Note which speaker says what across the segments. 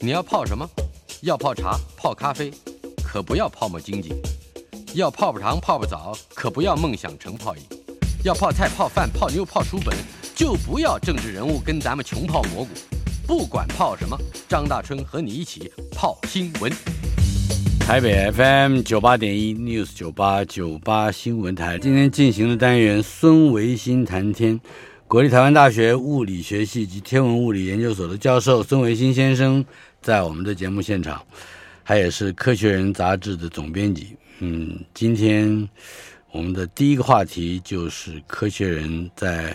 Speaker 1: 你要泡什么？要泡茶、泡咖啡，可不要泡沫经济；要泡泡糖、泡泡澡，可不要梦想成泡影；要泡菜、泡饭、泡妞、泡书本，就不要政治人物跟咱们穷泡蘑菇。不管泡什么，张大春和你一起泡新闻。
Speaker 2: 台北 FM 九八点一 News 九八九八新闻台，今天进行的单元孙维新谈天，国立台湾大学物理学系及天文物理研究所的教授孙维新先生在我们的节目现场，他也是《科学人》杂志的总编辑。嗯，今天我们的第一个话题就是《科学人》在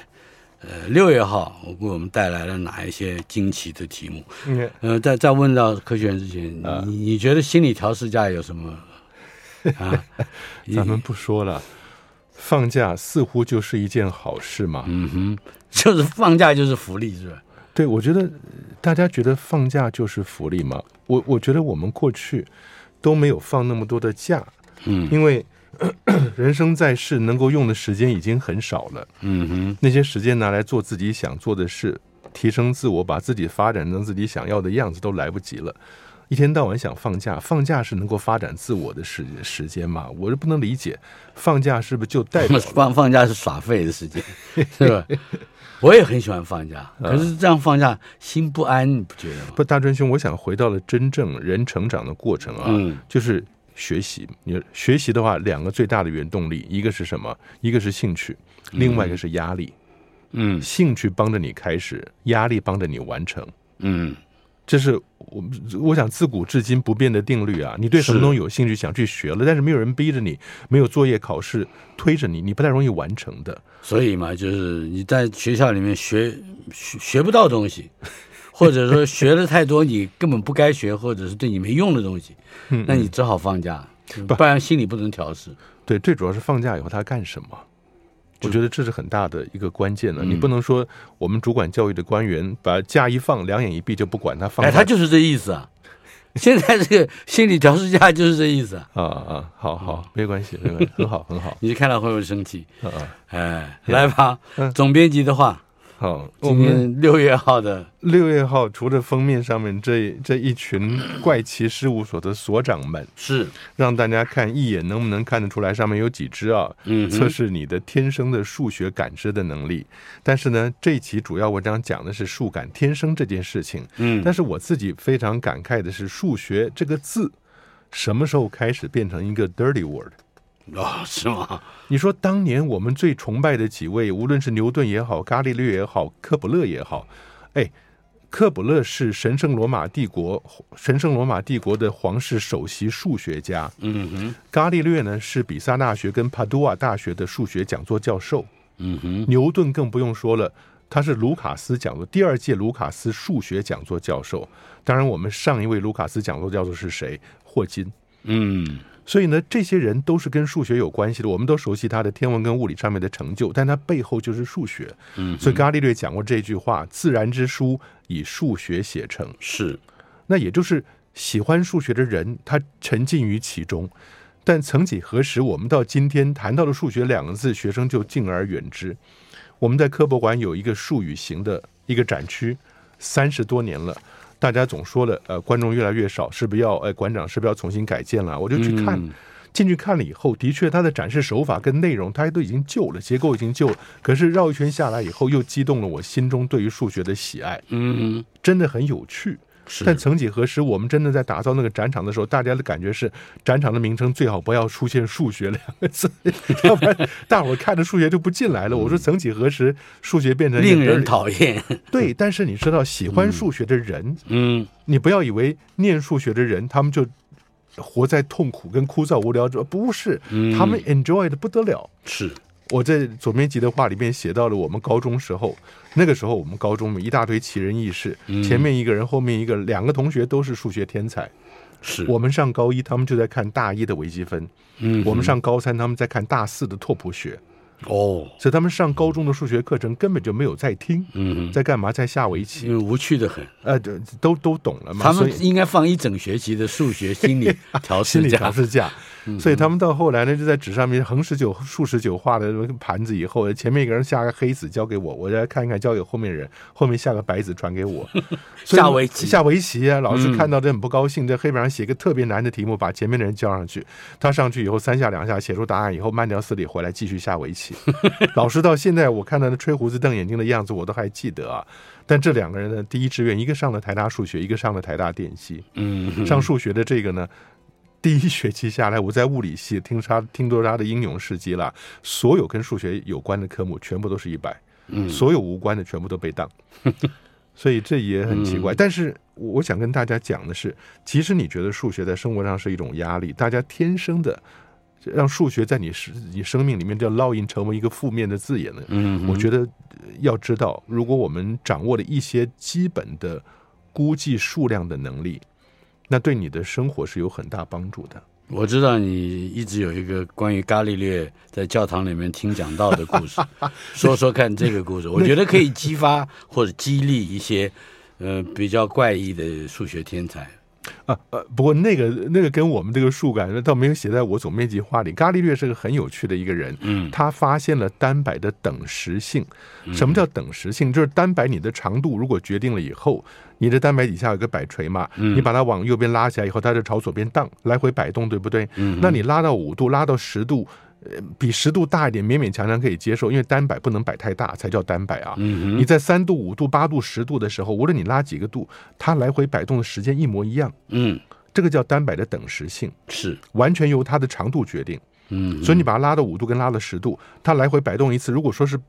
Speaker 2: 呃六月号为我们带来了哪一些惊奇的题目。
Speaker 3: 嗯
Speaker 2: 呃，在在问到科学人之前，
Speaker 3: 啊
Speaker 2: 你你觉得心理调试假有什么啊？
Speaker 3: 咱们不说了，放假似乎就是一件好事嘛。
Speaker 2: 嗯哼， 就是放假就是福利是吧？
Speaker 3: 对，我觉得呃大家觉得放假就是福利嘛。我我觉得我们过去都没有放那么多的假，
Speaker 2: 嗯
Speaker 3: 因为 咳咳人生在世能够用的时间已经很少了，
Speaker 2: 嗯
Speaker 3: 那些时间拿来做自己想做的事，提升自我，把自己发展成自己想要的样子都来不及了。一天到晚想放假，放假是能够发展自我的时时间嘛？我就不能理解，放假是不是就代表
Speaker 2: 哼， 放放假是耍废的时间， 是吧？我也很喜欢放假，可是这样放假心不安，你不觉得吗？
Speaker 3: 不，大真兄，我想回到了真正人成长的过程啊，
Speaker 2: 嗯
Speaker 3: 就是学习。你学习的话，两个最大的原动力，一个是什么？一个是兴趣，另外一个是压力。
Speaker 2: 嗯
Speaker 3: 兴趣帮着你开始，压力帮着你完成。
Speaker 2: 嗯，
Speaker 3: 这是我我想自古至今不变的定律啊！你对什么
Speaker 2: 是
Speaker 3: 东西有兴趣，想去学了，但是没有人逼着你，没有作业考试推着你，你不太容易完成的。
Speaker 2: 所以嘛，就是你在学校里面学学学不到东西，或者说学了太多你根本不该学，或者是对你没用的东西，那你只好放假，嗯不然心里不能调试。
Speaker 3: 对，最主要是放假以后他干什么？我觉得这是很大的一个关键了。你
Speaker 2: 嗯
Speaker 3: 不能说我们主管教育的官员把假一放，两眼一闭就不管他放假。
Speaker 2: 哎，他就是这意思啊。 现在这个心理调试家就是这意思啊。
Speaker 3: 啊啊，好好，没关系，没关系，很好，很好。
Speaker 2: 你看了会不会生气？
Speaker 3: 啊啊，
Speaker 2: 哎，来吧，总编辑的话，
Speaker 3: 好，嗯我
Speaker 2: 今
Speaker 3: 们
Speaker 2: 天六月号的，
Speaker 3: 六月号除了封面上面这这一群怪奇事务所的所长们，
Speaker 2: 是，
Speaker 3: 让大家看一眼能不能看得出来上面有几只啊？
Speaker 2: 嗯
Speaker 3: 测
Speaker 2: 哼，
Speaker 3: 试你的天生的数学感知的能力。但是呢，这一期主要文章讲的是数感天生这件事情。
Speaker 2: 嗯
Speaker 3: 但是我自己非常感慨的是，数学这个字什么时候开始变成一个 dirty word？
Speaker 2: 哦，是吗？
Speaker 3: 你说当年我们最崇拜的几位，无论是牛顿也好，伽利略也好，科普勒也好，哎，科普勒是神圣罗马帝国神圣罗马帝国的皇室首席数学家，
Speaker 2: 嗯哼，
Speaker 3: 伽利略呢是比萨大学跟帕多瓦大学的数学讲座教授，
Speaker 2: 嗯哼，
Speaker 3: 牛顿更不用说了，他是卢卡斯讲座第二届卢卡斯数学讲座教授。当然，我们上一位卢卡斯讲座教授是谁？霍金。
Speaker 2: 嗯，
Speaker 3: 所以呢，这些人都是跟数学有关系的，我们都熟悉他的天文跟物理上面的成就，但他背后就是数学。
Speaker 2: 嗯，
Speaker 3: 所以伽利略讲过这句话：“自然之书以数学写成。”
Speaker 2: 是，
Speaker 3: 那也就是喜欢数学的人，他沉浸于其中。但曾几何时，我们到今天谈到了数学两个字，学生就敬而远之。我们在科博馆有一个数语型的一个展区，三十多年了，大家总说了，呃，观众越来越少，是不是要，呃，馆长是不是要重新改建了？我就去看，
Speaker 2: 嗯
Speaker 3: 进去看了以后，的确它的展示手法跟内容，它都已经旧了，结构已经旧了。可是绕一圈下来以后，又激动了我心中对于数学的喜爱，
Speaker 2: 嗯，
Speaker 3: 真的很有趣。
Speaker 2: 是，
Speaker 3: 但曾几何时，我们真的在打造那个展场的时候，大家的感觉是，展场的名称最好不要出现“数学”两个字， 要不然大伙儿看着数学就不进来了。我说，曾几何时，数学变成一个
Speaker 2: 嗯令人
Speaker 3: dirty-
Speaker 2: 讨厌，
Speaker 3: 对。但是你知道，喜欢数学的人，
Speaker 2: 嗯，
Speaker 3: 你不要以为念数学的人，他们就活在痛苦跟枯燥无聊中，不是，
Speaker 2: 嗯
Speaker 3: 他们 enjoy 的不得了。
Speaker 2: 是，
Speaker 3: 我在左边集的话里面写到了我们高中时候，那个时候我们高中一大堆奇人异事，
Speaker 2: 嗯
Speaker 3: 前面一个人，后面一个，两个同学都是数学天才。
Speaker 2: 是，
Speaker 3: 我们上高一，他们就在看大一的微积分；
Speaker 2: 嗯，
Speaker 3: 我们上高三，他们在看大四的拓扑学。
Speaker 2: 哦，
Speaker 3: 所以他们上高中的数学课程根本就没有在听，
Speaker 2: 嗯哼，
Speaker 3: 在干嘛，在下围棋，
Speaker 2: 因为无趣的 很，
Speaker 3: 呃，这都都懂了嘛。
Speaker 2: 他
Speaker 3: 所以
Speaker 2: 们应该放一整学期的数学心理调
Speaker 3: 心
Speaker 2: 试
Speaker 3: 理
Speaker 2: 家，
Speaker 3: 调试架，
Speaker 2: 嗯
Speaker 3: 所以他们到后来呢，就在纸上面横十九、竖十九画的盘子，以后前面一个人下个黑子交给我，我再看一看交给后面人，后面下个白子传给我。 所以
Speaker 2: 下围棋嗯
Speaker 3: 下围棋啊！老师看到这很不高兴，在黑板上写一个特别难的题目，把前面的人叫上去，他上去以后三下两下写出答案以后，慢条斯理回来继续下 围棋。老师到现在我看到他吹胡子瞪眼睛的样子，我都还记得啊。但这两个人呢，第一志愿一个上了台大数学，一个上了台大电机。
Speaker 2: 嗯哼，
Speaker 3: 上数学的这个呢，第一学期下来，我在物理系听他听多他的英勇事迹了，所有跟数学有关的科目全部都是一百，
Speaker 2: 嗯
Speaker 3: 所有无关的全部都被 当，所以这也很奇
Speaker 2: 嗯
Speaker 3: 怪。但是我我想跟大家讲的是，即使你觉得数学在生活上是一种压力，大家天生的。让数学在你生你生命里面叫烙印成为一个负面的字眼呢？
Speaker 2: 嗯
Speaker 3: 我觉得呃要知道，如果我们掌握了一些基本的估计数量的能力，那对你的生活是有很大帮助的。
Speaker 2: 我知道你一直有一个关于伽利略在教堂里面听讲道的故 事，说说看这个故事，我觉得可以激发或者激励一些，呃，比较怪异的数学天才。
Speaker 3: 啊呃，不过那个那个跟我们这个数感倒没有写在我总面积化里。伽利略是个很有趣的一个人，
Speaker 2: 嗯
Speaker 3: 他发现了单摆的等时性。什么叫等时性？就是单摆你的长度如果决定了以后，你的单摆底下有个摆锤嘛，你把它往右边拉起来以后，它就朝左边荡，来回摆动，对不对？那你拉到五度，拉到十度。呃，比十度大一点，勉勉强强可以接受，因为单摆不能摆太大，才叫单摆啊。
Speaker 2: 嗯
Speaker 3: 你在三度、五度、八度、十度的时候，无论你拉几个度，它来回摆动的时间一模一样。
Speaker 2: 嗯，
Speaker 3: 这个叫单摆的等时性，
Speaker 2: 是，
Speaker 3: 完全由它的长度决定。
Speaker 2: 嗯，
Speaker 3: 所以你把它拉到五度跟拉到十度，它来回摆动一次，如果说是一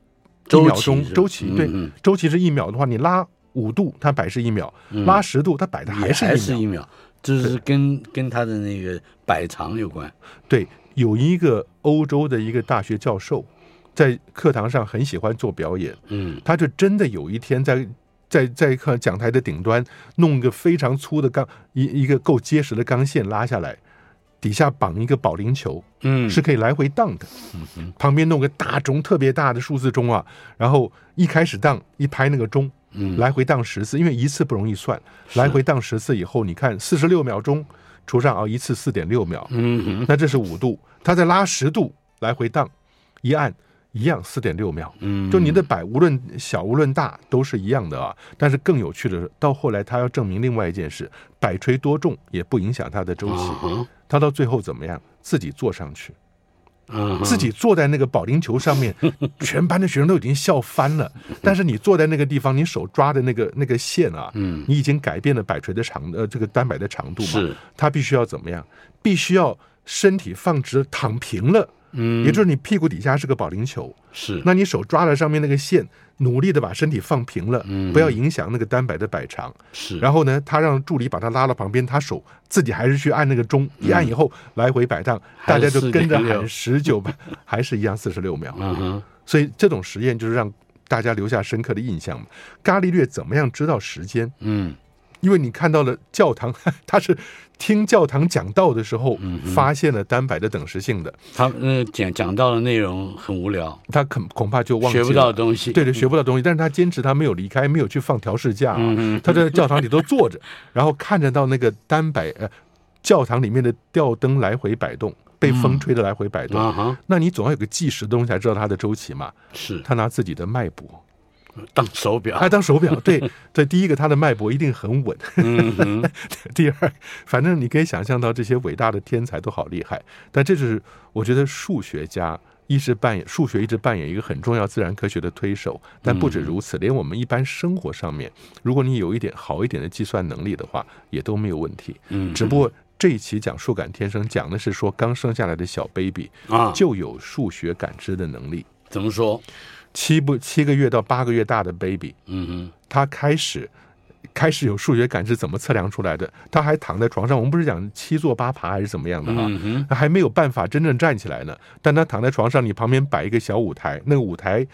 Speaker 2: 周
Speaker 3: 秒
Speaker 2: 期
Speaker 3: 钟
Speaker 2: 是吧
Speaker 3: 周期，对
Speaker 2: 嗯嗯，
Speaker 3: 周期是一秒的话，你拉五度它摆是一秒，拉十度它摆的
Speaker 2: 嗯
Speaker 3: 还
Speaker 2: 也还
Speaker 3: 是一
Speaker 2: 一
Speaker 3: 秒。
Speaker 2: 秒，就是跟跟他的那个摆长有关。
Speaker 3: 对，有一个欧洲的一个大学教授，在课堂上很喜欢做表演，
Speaker 2: 嗯
Speaker 3: 他就真的有一天在。在在课讲台的顶端弄一个非常粗的钢一一个够结实的钢线拉下来，底下绑一个保龄球，
Speaker 2: 嗯
Speaker 3: 是可以来回荡的。旁边弄个大钟，特别大的数字钟啊，然后一开始荡一拍那个钟，
Speaker 2: 嗯
Speaker 3: 来回荡十次，因为一次不容易算，来回荡十次以后，你看四十六秒钟除上啊，一次四点六秒，
Speaker 2: 嗯哼
Speaker 3: 那这是五度，它再拉十度来回荡，一按一样四点六秒。
Speaker 2: 嗯，
Speaker 3: 就你的摆无论小无论大都是一样的啊，但是更有趣的是，到后来他要证明另外一件事，摆锤多重也不影响它的周
Speaker 2: 啊
Speaker 3: 期，
Speaker 2: 哈
Speaker 3: 他到最后怎么样，自己坐上去。
Speaker 2: 啊哈
Speaker 3: 自己坐在那个保龄球 上面，全班的学生都已经笑翻了。但是你坐在那个地方，你手抓的那个那个线啊，
Speaker 2: 嗯
Speaker 3: 你已经改变了摆锤的长呃这个单摆的长度嘛，
Speaker 2: 是
Speaker 3: 它必须要怎么样？必须要身体放直躺平了，
Speaker 2: 嗯
Speaker 3: 也就是你屁股底下是个保龄球，
Speaker 2: 是
Speaker 3: 那你手抓了上面那个线，努力的把身体放平了
Speaker 2: 嗯，
Speaker 3: 不要影响那个单摆的摆长。
Speaker 2: 是，
Speaker 3: 然后呢，他让助理把他拉到旁边，他手自己还是去按那个钟，
Speaker 2: 嗯
Speaker 3: 一按以后来回摆荡，
Speaker 2: 还
Speaker 3: 大
Speaker 2: 是
Speaker 3: 家就跟着
Speaker 2: 4.6
Speaker 3: 喊十九， 还是一样四十六秒。
Speaker 2: 嗯哼
Speaker 3: 所以这种实验就是让大家留下深刻的印象嘛。伽利略怎么样知道时间？
Speaker 2: 嗯
Speaker 3: 因为你看到了教堂， 他是听教堂讲道的时候
Speaker 2: 嗯
Speaker 3: 发现了单摆的等时性的，
Speaker 2: 他嗯讲讲到的内容很无聊，
Speaker 3: 他恐恐怕就忘记
Speaker 2: 学
Speaker 3: 了
Speaker 2: 不到东西。
Speaker 3: 对对，学不到东西，但是他坚持他没有离开，没有去放调试架、
Speaker 2: 嗯
Speaker 3: 啊，他在教堂里头坐着，然后看着到那个单摆呃教堂里面的吊灯来回摆动，被风吹的来回摆动，
Speaker 2: 嗯啊哈
Speaker 3: 那你总要有个计时的东西才知道它的周期嘛。
Speaker 2: 是
Speaker 3: 他拿自己的脉搏，
Speaker 2: 当手表
Speaker 3: 他当手表，对 对，第一个他的脉搏一定很稳，
Speaker 2: 嗯 哼
Speaker 3: 第二，反正你可以想象到这些伟大的天才都好厉害，但这就是我觉得数学家一直扮演数学一直扮演一个很重要自然科学的推手。但不止如
Speaker 2: 嗯
Speaker 3: 此，连我们一般生活上面，如果你有一点好一点的计算能力的话，也都没有问题。
Speaker 2: 嗯
Speaker 3: 只不过这一期讲数感天生，讲的是说刚生下来的小 baby
Speaker 2: 啊，
Speaker 3: 就有数学感知的能力，
Speaker 2: 怎么说？
Speaker 3: 七不七个月到八个月大的 baby，
Speaker 2: 嗯
Speaker 3: 他开始开始有数学感知，怎么测量出来的？他还躺在床上，我们不是讲七坐八爬还是怎么样的
Speaker 2: 哼
Speaker 3: 啊？
Speaker 2: 嗯哼
Speaker 3: 还没有办法真正站起来呢。但他躺在床上，你旁边摆一个小舞台，那个舞台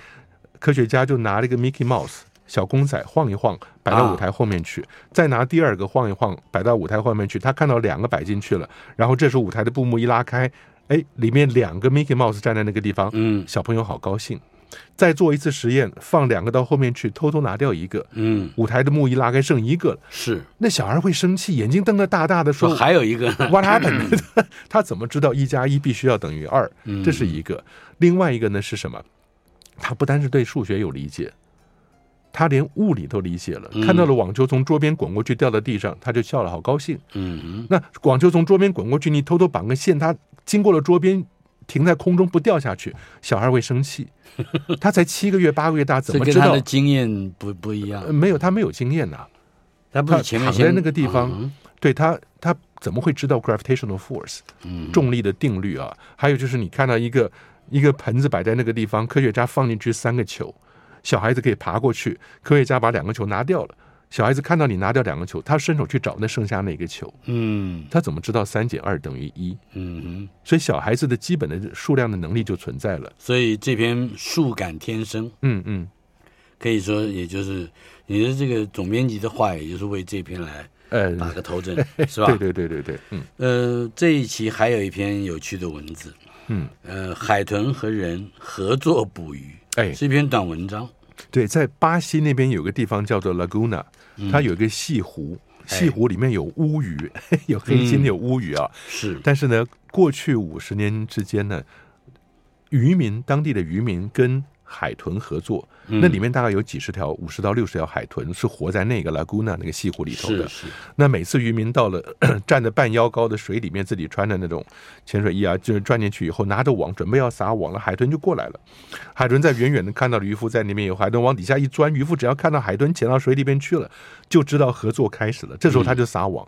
Speaker 3: 科学家就拿了一个 Mickey Mouse 小公仔晃一晃，摆到舞台后面去，再拿第二个晃一晃，摆到舞台后面去。他看到两个摆进去了，然后这时候舞台的布幕一拉开，哎，里面两个 Mickey Mouse 站在那个地方，
Speaker 2: 嗯
Speaker 3: 小朋友好高兴。再做一次实验，放两个到后面去，偷偷拿掉一个，
Speaker 2: 嗯，
Speaker 3: 舞台的幕一拉开，剩一个了。
Speaker 2: 是
Speaker 3: 那小孩会生气，眼睛瞪得大大的，
Speaker 2: 说嗯
Speaker 3: 说
Speaker 2: 还有一个呢，
Speaker 3: “What happened？” 他怎么知道一加一必须要等于二？
Speaker 2: 嗯
Speaker 3: 这是一个。另外一个呢是什么？他不单是对数学有理解，他连物理都理解了。
Speaker 2: 嗯
Speaker 3: 看到了网球从桌边滚过去掉到地上，他就笑了，好高兴。
Speaker 2: 嗯
Speaker 3: 那网球从桌边滚过去，你偷偷绑个线，它经过了桌边，停在空中不掉下去，小孩会生 气。他才七个月、八个月大，怎
Speaker 2: 这
Speaker 3: 么
Speaker 2: 跟
Speaker 3: 知
Speaker 2: 他
Speaker 3: 道
Speaker 2: 的？经验不不一样
Speaker 3: 呃，没有，他没有经验呐、
Speaker 2: 他不是前面
Speaker 3: 躺在
Speaker 2: 先
Speaker 3: 那个地方
Speaker 2: 嗯
Speaker 3: 对他，他怎么会知道 gravitational force
Speaker 2: 嗯
Speaker 3: 重力的定律啊？还有就是你看到一个一个盆子摆在那个地方，科学家放进去三个球，小孩子可以爬过去，科学家把两个球拿掉了。小孩子看到你拿掉两个球，他伸手去找那剩下那个球，
Speaker 2: 嗯
Speaker 3: 他怎么知道三减二等于一？
Speaker 2: 嗯哼，
Speaker 3: 所以小孩子的基本的数量的能力就存在了。
Speaker 2: 所以这篇数感天生。
Speaker 3: 嗯嗯，
Speaker 2: 可以说，也就是你的这个总编辑的话，也就是为这篇来打
Speaker 3: 呃，
Speaker 2: 个 头阵，啊是吧？
Speaker 3: 对对对对对，嗯
Speaker 2: 呃，这一期还有一篇有趣的文字，
Speaker 3: 嗯，
Speaker 2: 呃，海豚和人合作捕鱼，
Speaker 3: 哎，
Speaker 2: 是一篇短文章。
Speaker 3: 对，在巴西那边有个地方叫做 Laguna，它有一个西湖，
Speaker 2: 嗯哎
Speaker 3: 西湖里面有乌鱼， 有黑金
Speaker 2: 嗯
Speaker 3: 有乌鱼啊。
Speaker 2: 是，
Speaker 3: 但是呢，过去五十年之间呢，渔民当地的渔民跟海豚合作，
Speaker 2: 嗯
Speaker 3: 那里面大概有几十条，五十到六十条海豚是活在那个 Laguna 那个西湖里头的
Speaker 2: 是。是，
Speaker 3: 那每次渔民到了 站在半腰高的水里面，自己穿的那种潜水衣啊，就是钻进去以后，拿着网准备要撒网了，海豚就过来了。海豚在远远的看到了渔夫在那边有海豚，往底下一钻，渔夫只要看到海豚潜到水里边去了，就知道合作开始了。
Speaker 2: 嗯
Speaker 3: 这时候他就撒网，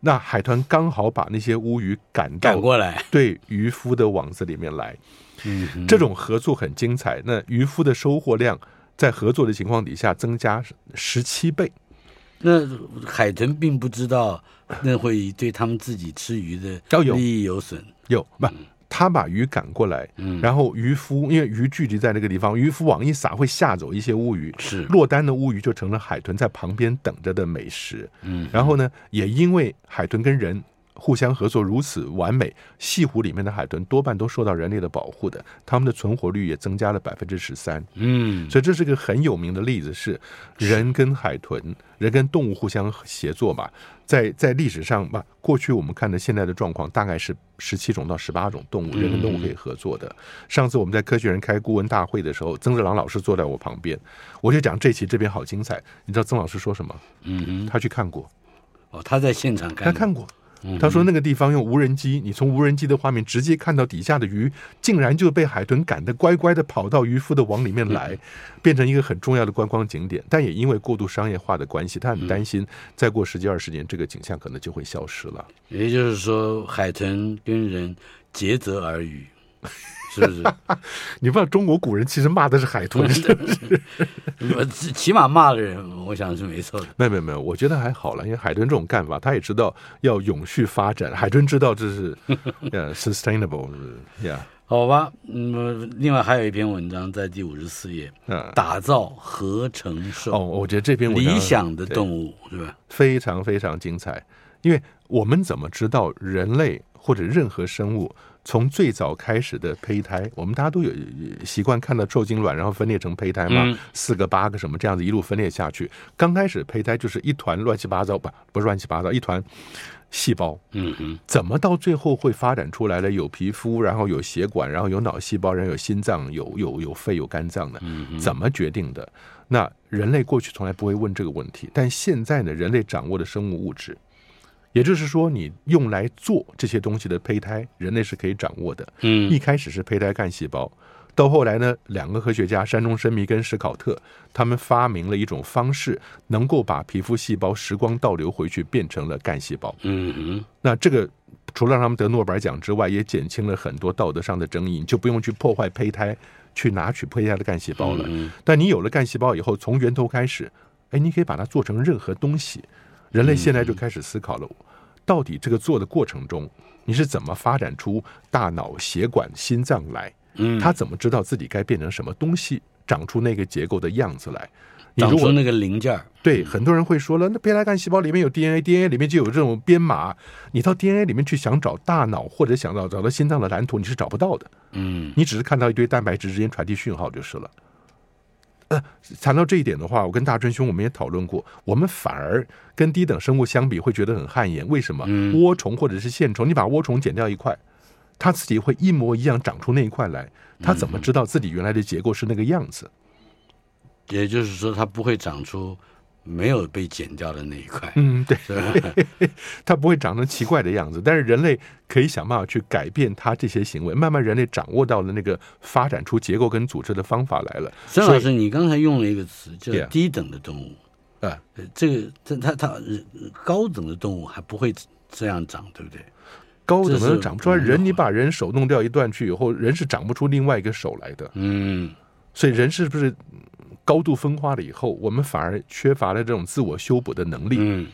Speaker 3: 那海豚刚好把那些乌鱼赶
Speaker 2: 赶
Speaker 3: 到
Speaker 2: 过 来，
Speaker 3: 对渔夫的网子里面来。
Speaker 2: 嗯哼，
Speaker 3: 这种合作很精彩。那渔夫的收获量在合作的情况底下增加十七倍。
Speaker 2: 那海豚并不知道，那会对他们自己吃鱼的
Speaker 3: 要有
Speaker 2: 利益有损。
Speaker 3: 有不？他把鱼赶过来，
Speaker 2: 嗯，
Speaker 3: 然后渔夫因为鱼聚集在那个地方，渔夫网一撒会吓走一些乌鱼，
Speaker 2: 是，
Speaker 3: 落单的乌鱼就成了海豚在旁边等着的美食。
Speaker 2: 嗯，
Speaker 3: 然后呢，也因为海豚跟人互相合作如此完美，西湖里面的海豚多半都受到人类的保护的，它们的存活率也增加了百分之十三。
Speaker 2: 嗯，
Speaker 3: 所以这是个很有名的例子，是人跟海豚、人跟动物互相协作嘛。在在历史上吧，过去我们看的现在的状况，大概是十七种到十八种动物，人跟动物可以合作的。上次我们在科学人开顾问大会的时候，曾志郎老师坐在我旁边，我就讲这期这边好精彩。你知道曾老师说什么？
Speaker 2: 嗯哼，
Speaker 3: 他去看过，
Speaker 2: 哦，他在现场
Speaker 3: 他
Speaker 2: 看，
Speaker 3: 看过。他说那个地方用无人机，你从无人机的画面直接看到底下的鱼，竟然就被海豚赶得乖乖的跑到渔夫的网里面
Speaker 2: 嗯
Speaker 3: 来，变成一个很重要的观光景点。但也因为过度商业化的关系，他很担心再过十几二十年，这个景象可能就会消失了。
Speaker 2: 也就是说，海豚跟人竭泽而渔，是不是？
Speaker 3: 你不知道中国古人其实骂的是海豚，
Speaker 2: 嗯我起起码骂的人，我想是没错的。
Speaker 3: 没有没有没有，我觉得还好了，因为海豚这种干法，他也知道要永续发展，海豚知道这是 呃 sustainable，呀、
Speaker 2: 好吧，嗯，另外还有一篇文章在第五十四页，
Speaker 3: yeah, 啊
Speaker 2: 打造合成
Speaker 3: 哦，
Speaker 2: 兽，
Speaker 3: 我觉得这篇文章
Speaker 2: 理想的
Speaker 3: 对
Speaker 2: 动物是吧？
Speaker 3: 非常非常精彩，因为我们怎么知道人类或者任何生物从最早开始的胚胎？我们大家都有呃习惯看到受精卵，然后分裂成胚胎嘛，
Speaker 2: 嗯
Speaker 3: 四个、八个什么这样子一路分裂下去。刚开始胚胎就是一团乱七八糟，不不是乱七八糟，一团细胞。
Speaker 2: 嗯哼，
Speaker 3: 怎么到最后会发展出来了？有皮肤，然后有血管，然后有脑细胞，然后有心脏，有有有肺，有肝脏呢？怎么决定的？那人类过去从来不会问这个问题，但现在呢，人类掌握的生物物质，也就是说，你用来做这些东西的胚胎，人类是可以掌握的。一
Speaker 2: 嗯
Speaker 3: 开始是胚胎干细胞，到后来呢，两个科学家山中伸弥跟史考特，他们发明了一种方式，能够把皮肤细胞时光倒流回去，变成了干细胞。
Speaker 2: 嗯
Speaker 3: 那这个除了让他们得诺贝尔奖之外，也减轻了很多道德上的争议，你就不用去破坏胚胎，去拿取胚胎的干细
Speaker 2: 哼，
Speaker 3: 胞了。
Speaker 2: 嗯
Speaker 3: 但你有了干细胞以后，从源头开始，哎，你可以把它做成任何东西。人类现在就
Speaker 2: 嗯
Speaker 3: 开始思考了，到底这个做的过程中，你是怎么发展出大脑、血管、心脏来？
Speaker 2: 嗯，
Speaker 3: 他怎么知道自己该变成什么东西？长出那个结构的样子来。你
Speaker 2: 长
Speaker 3: 如
Speaker 2: 出
Speaker 3: 果
Speaker 2: 那个零件儿，
Speaker 3: 对很多人会说了，那贝塔干细胞里面有 DNA，DNA 里面就有这种编码，你到 DNA 里面去想找大脑或者想找找到心脏的蓝图，你是找不到的。
Speaker 2: 嗯，
Speaker 3: 你只是看到一堆蛋白质之间传递讯号就是了。呃，谈到这一点的话，我跟大春兄我们也讨论过，我们反而跟低等生物相比会觉得很汗颜。为什么？涡虫或者是线虫，你把涡虫剪掉一块，它自己会一模一样长出那一块来，它怎么知道自己原来的结构是那个样子？
Speaker 2: 也就是说它不会长出没有被剪掉的那一块，
Speaker 3: 嗯，对，
Speaker 2: 是吧？
Speaker 3: 它不会长成奇怪的样子。但是人类可以想办法去改变它这些行为，慢慢人类掌握到了那个发展出结构跟组织的方法来了。
Speaker 2: 孙
Speaker 3: 所以
Speaker 2: 老师，你刚才用了一个词，叫
Speaker 3: Yeah
Speaker 2: 低等的动物。
Speaker 3: 啊
Speaker 2: 呃，这个它它它呃高等的动物还不会这样长，对不对？
Speaker 3: 高
Speaker 2: 这
Speaker 3: 怎么
Speaker 2: 是
Speaker 3: 长不出来？
Speaker 2: 没有
Speaker 3: 人
Speaker 2: 啊
Speaker 3: 你把人手弄掉一段去以后，人是长不出另外一个手来的。
Speaker 2: 嗯，
Speaker 3: 所以人是不是嗯高度分化了以后，我们反而缺乏了这种自我修补的能力？
Speaker 2: 嗯，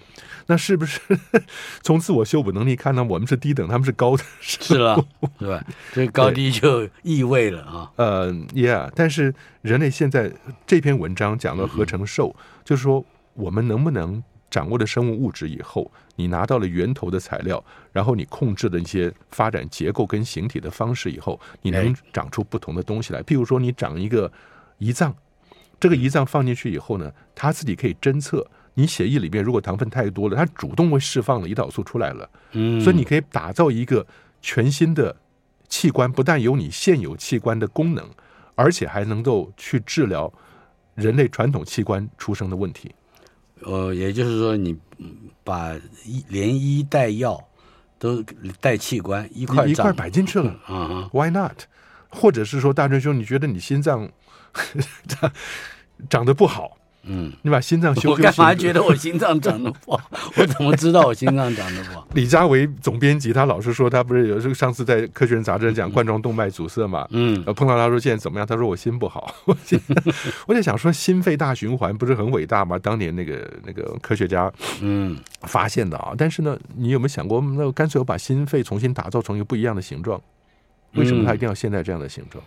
Speaker 3: 那是不是 从自我修补能力看呢？我们是低等，他们是高等？
Speaker 2: 是了， 是吧？这高低就意味了啊。
Speaker 3: 呃，yeah，但是人类现在这篇文章讲了合成兽，就是说我们能不能掌握了生物物质以后，你拿到了源头的材料，然后你控制了一些发展结构跟形体的方式以后，你能
Speaker 2: 哎
Speaker 3: 长出不同的东西来。譬如说，你长一个胰脏，这个胰脏放进去以后呢，它自己可以侦测。你血液里面如果糖分太多了，它主动会释放了胰岛素出来了，
Speaker 2: 嗯，
Speaker 3: 所以你可以打造一个全新的器官，不但有你现有器官的功能，而且还能够去治疗人类传统器官出生的问题。
Speaker 2: 呃，也就是说你嗯把一连医带药都带器官一块
Speaker 3: 你一块
Speaker 2: 长
Speaker 3: 摆进去 了
Speaker 2: 啊啊，
Speaker 3: ，Why not？或者是说，大春兄，你觉得你心脏 长长得不好，
Speaker 2: 嗯，
Speaker 3: 你把心脏修修
Speaker 2: 我干嘛
Speaker 3: 行
Speaker 2: 觉得我心脏长得不好？ 我怎么知道我心脏长得不好？
Speaker 3: 李嘉为总编辑，他老是说他不是有时候上次在《科学人》杂志讲冠状动脉阻塞嘛，
Speaker 2: 嗯，
Speaker 3: 呃，碰到他说现在怎么样？他说我心不好， 我心我就想说心肺大循环不是很伟大吗？当年那个那个科学家
Speaker 2: 嗯，
Speaker 3: 发现的啊，但是呢，你有没有想过，那干脆我把心肺重新打造成一个不一样的形状？为什么它一定要现在这样的形状？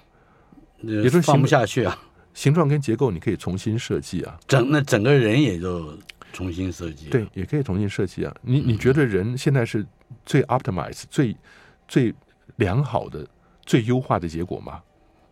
Speaker 2: 也
Speaker 3: 也就是
Speaker 2: 放
Speaker 3: 心
Speaker 2: 不下去啊，
Speaker 3: 形状跟结构你可以重新设计啊，
Speaker 2: 整那整个人也就重新设计。
Speaker 3: 对，，也可以重新设计啊。你你觉得人现在是最 optimize 最最良好的、最优化的结果吗？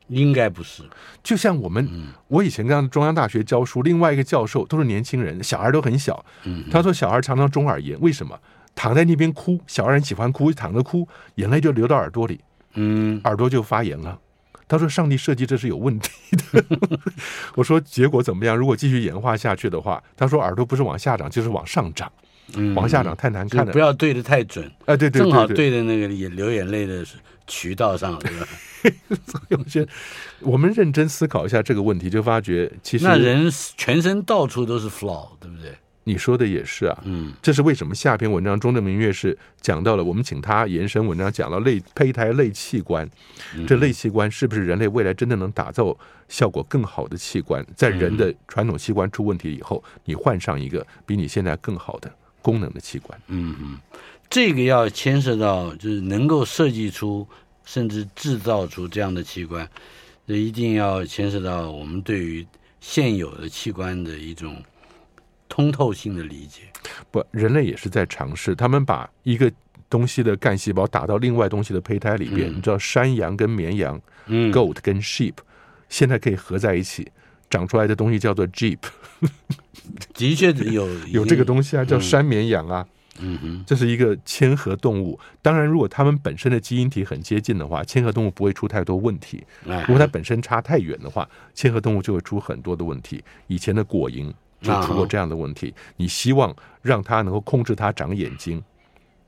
Speaker 2: 应该不是。嗯
Speaker 3: 就像我们，我以前刚中央大学教书，另外一个教授都是年轻人，小孩都很小。
Speaker 2: 嗯
Speaker 3: 他说小孩常常中耳炎，为什么？躺在那边哭，小孩很喜欢哭，躺着哭，眼泪就流到耳朵里，
Speaker 2: 嗯，
Speaker 3: 耳朵就发炎了。他说上帝设计这是有问题 的。我说结果怎么样？如果继续演化下去的话，他说耳朵不是往下长就是往上长，
Speaker 2: 嗯
Speaker 3: 往下长太难
Speaker 2: 就
Speaker 3: 看了。
Speaker 2: 不要对的太准，
Speaker 3: 哎，对对
Speaker 2: 正好
Speaker 3: 对对，
Speaker 2: 对的那个眼流眼泪的渠道上，对吧？
Speaker 3: 有些我们认真思考一下这个问题，就发觉其
Speaker 2: 那
Speaker 3: 实
Speaker 2: 人全身到处都是 flaw，对不对？
Speaker 3: 你说的也是啊。
Speaker 2: 嗯
Speaker 3: 这是为什么下篇文章中正明月是讲到了，我们请他延伸文章讲到类胚胎类器官，
Speaker 2: 嗯
Speaker 3: 这类器官是不是人类未来真的能打造效果更好的器官？在人
Speaker 2: 嗯
Speaker 3: 的传统器官出问题以后，你换上一个比你现在更好的功能的器官，
Speaker 2: 嗯嗯，这个要牵涉到就是能够设计出甚至制造出这样的器官，这一定要牵涉到我们对于现有的器官的一种通透性的理解。
Speaker 3: 不，人类也是在尝试，他们把一个东西的干细胞打到另外东西的胚胎里边。
Speaker 2: 嗯
Speaker 3: 你知道，山羊跟绵羊、
Speaker 2: 嗯
Speaker 3: goat 跟 sheep，现在可以合在一起。长出来的东西叫做 jeep，
Speaker 2: 的 确有
Speaker 3: 有这个东西啊，叫
Speaker 2: 嗯
Speaker 3: 山绵羊啊。
Speaker 2: 西。嗯哼，
Speaker 3: 这是一个嵌合动物。当然，如果它们本身的基因体很接近的话，嵌合动物不会出太多问题；
Speaker 2: 哎
Speaker 3: 如，果它本身差太远的话，嵌合动物就会出很多的问题。以前的果蝇就出过这样的问题。你希望让它能够控制它长眼睛，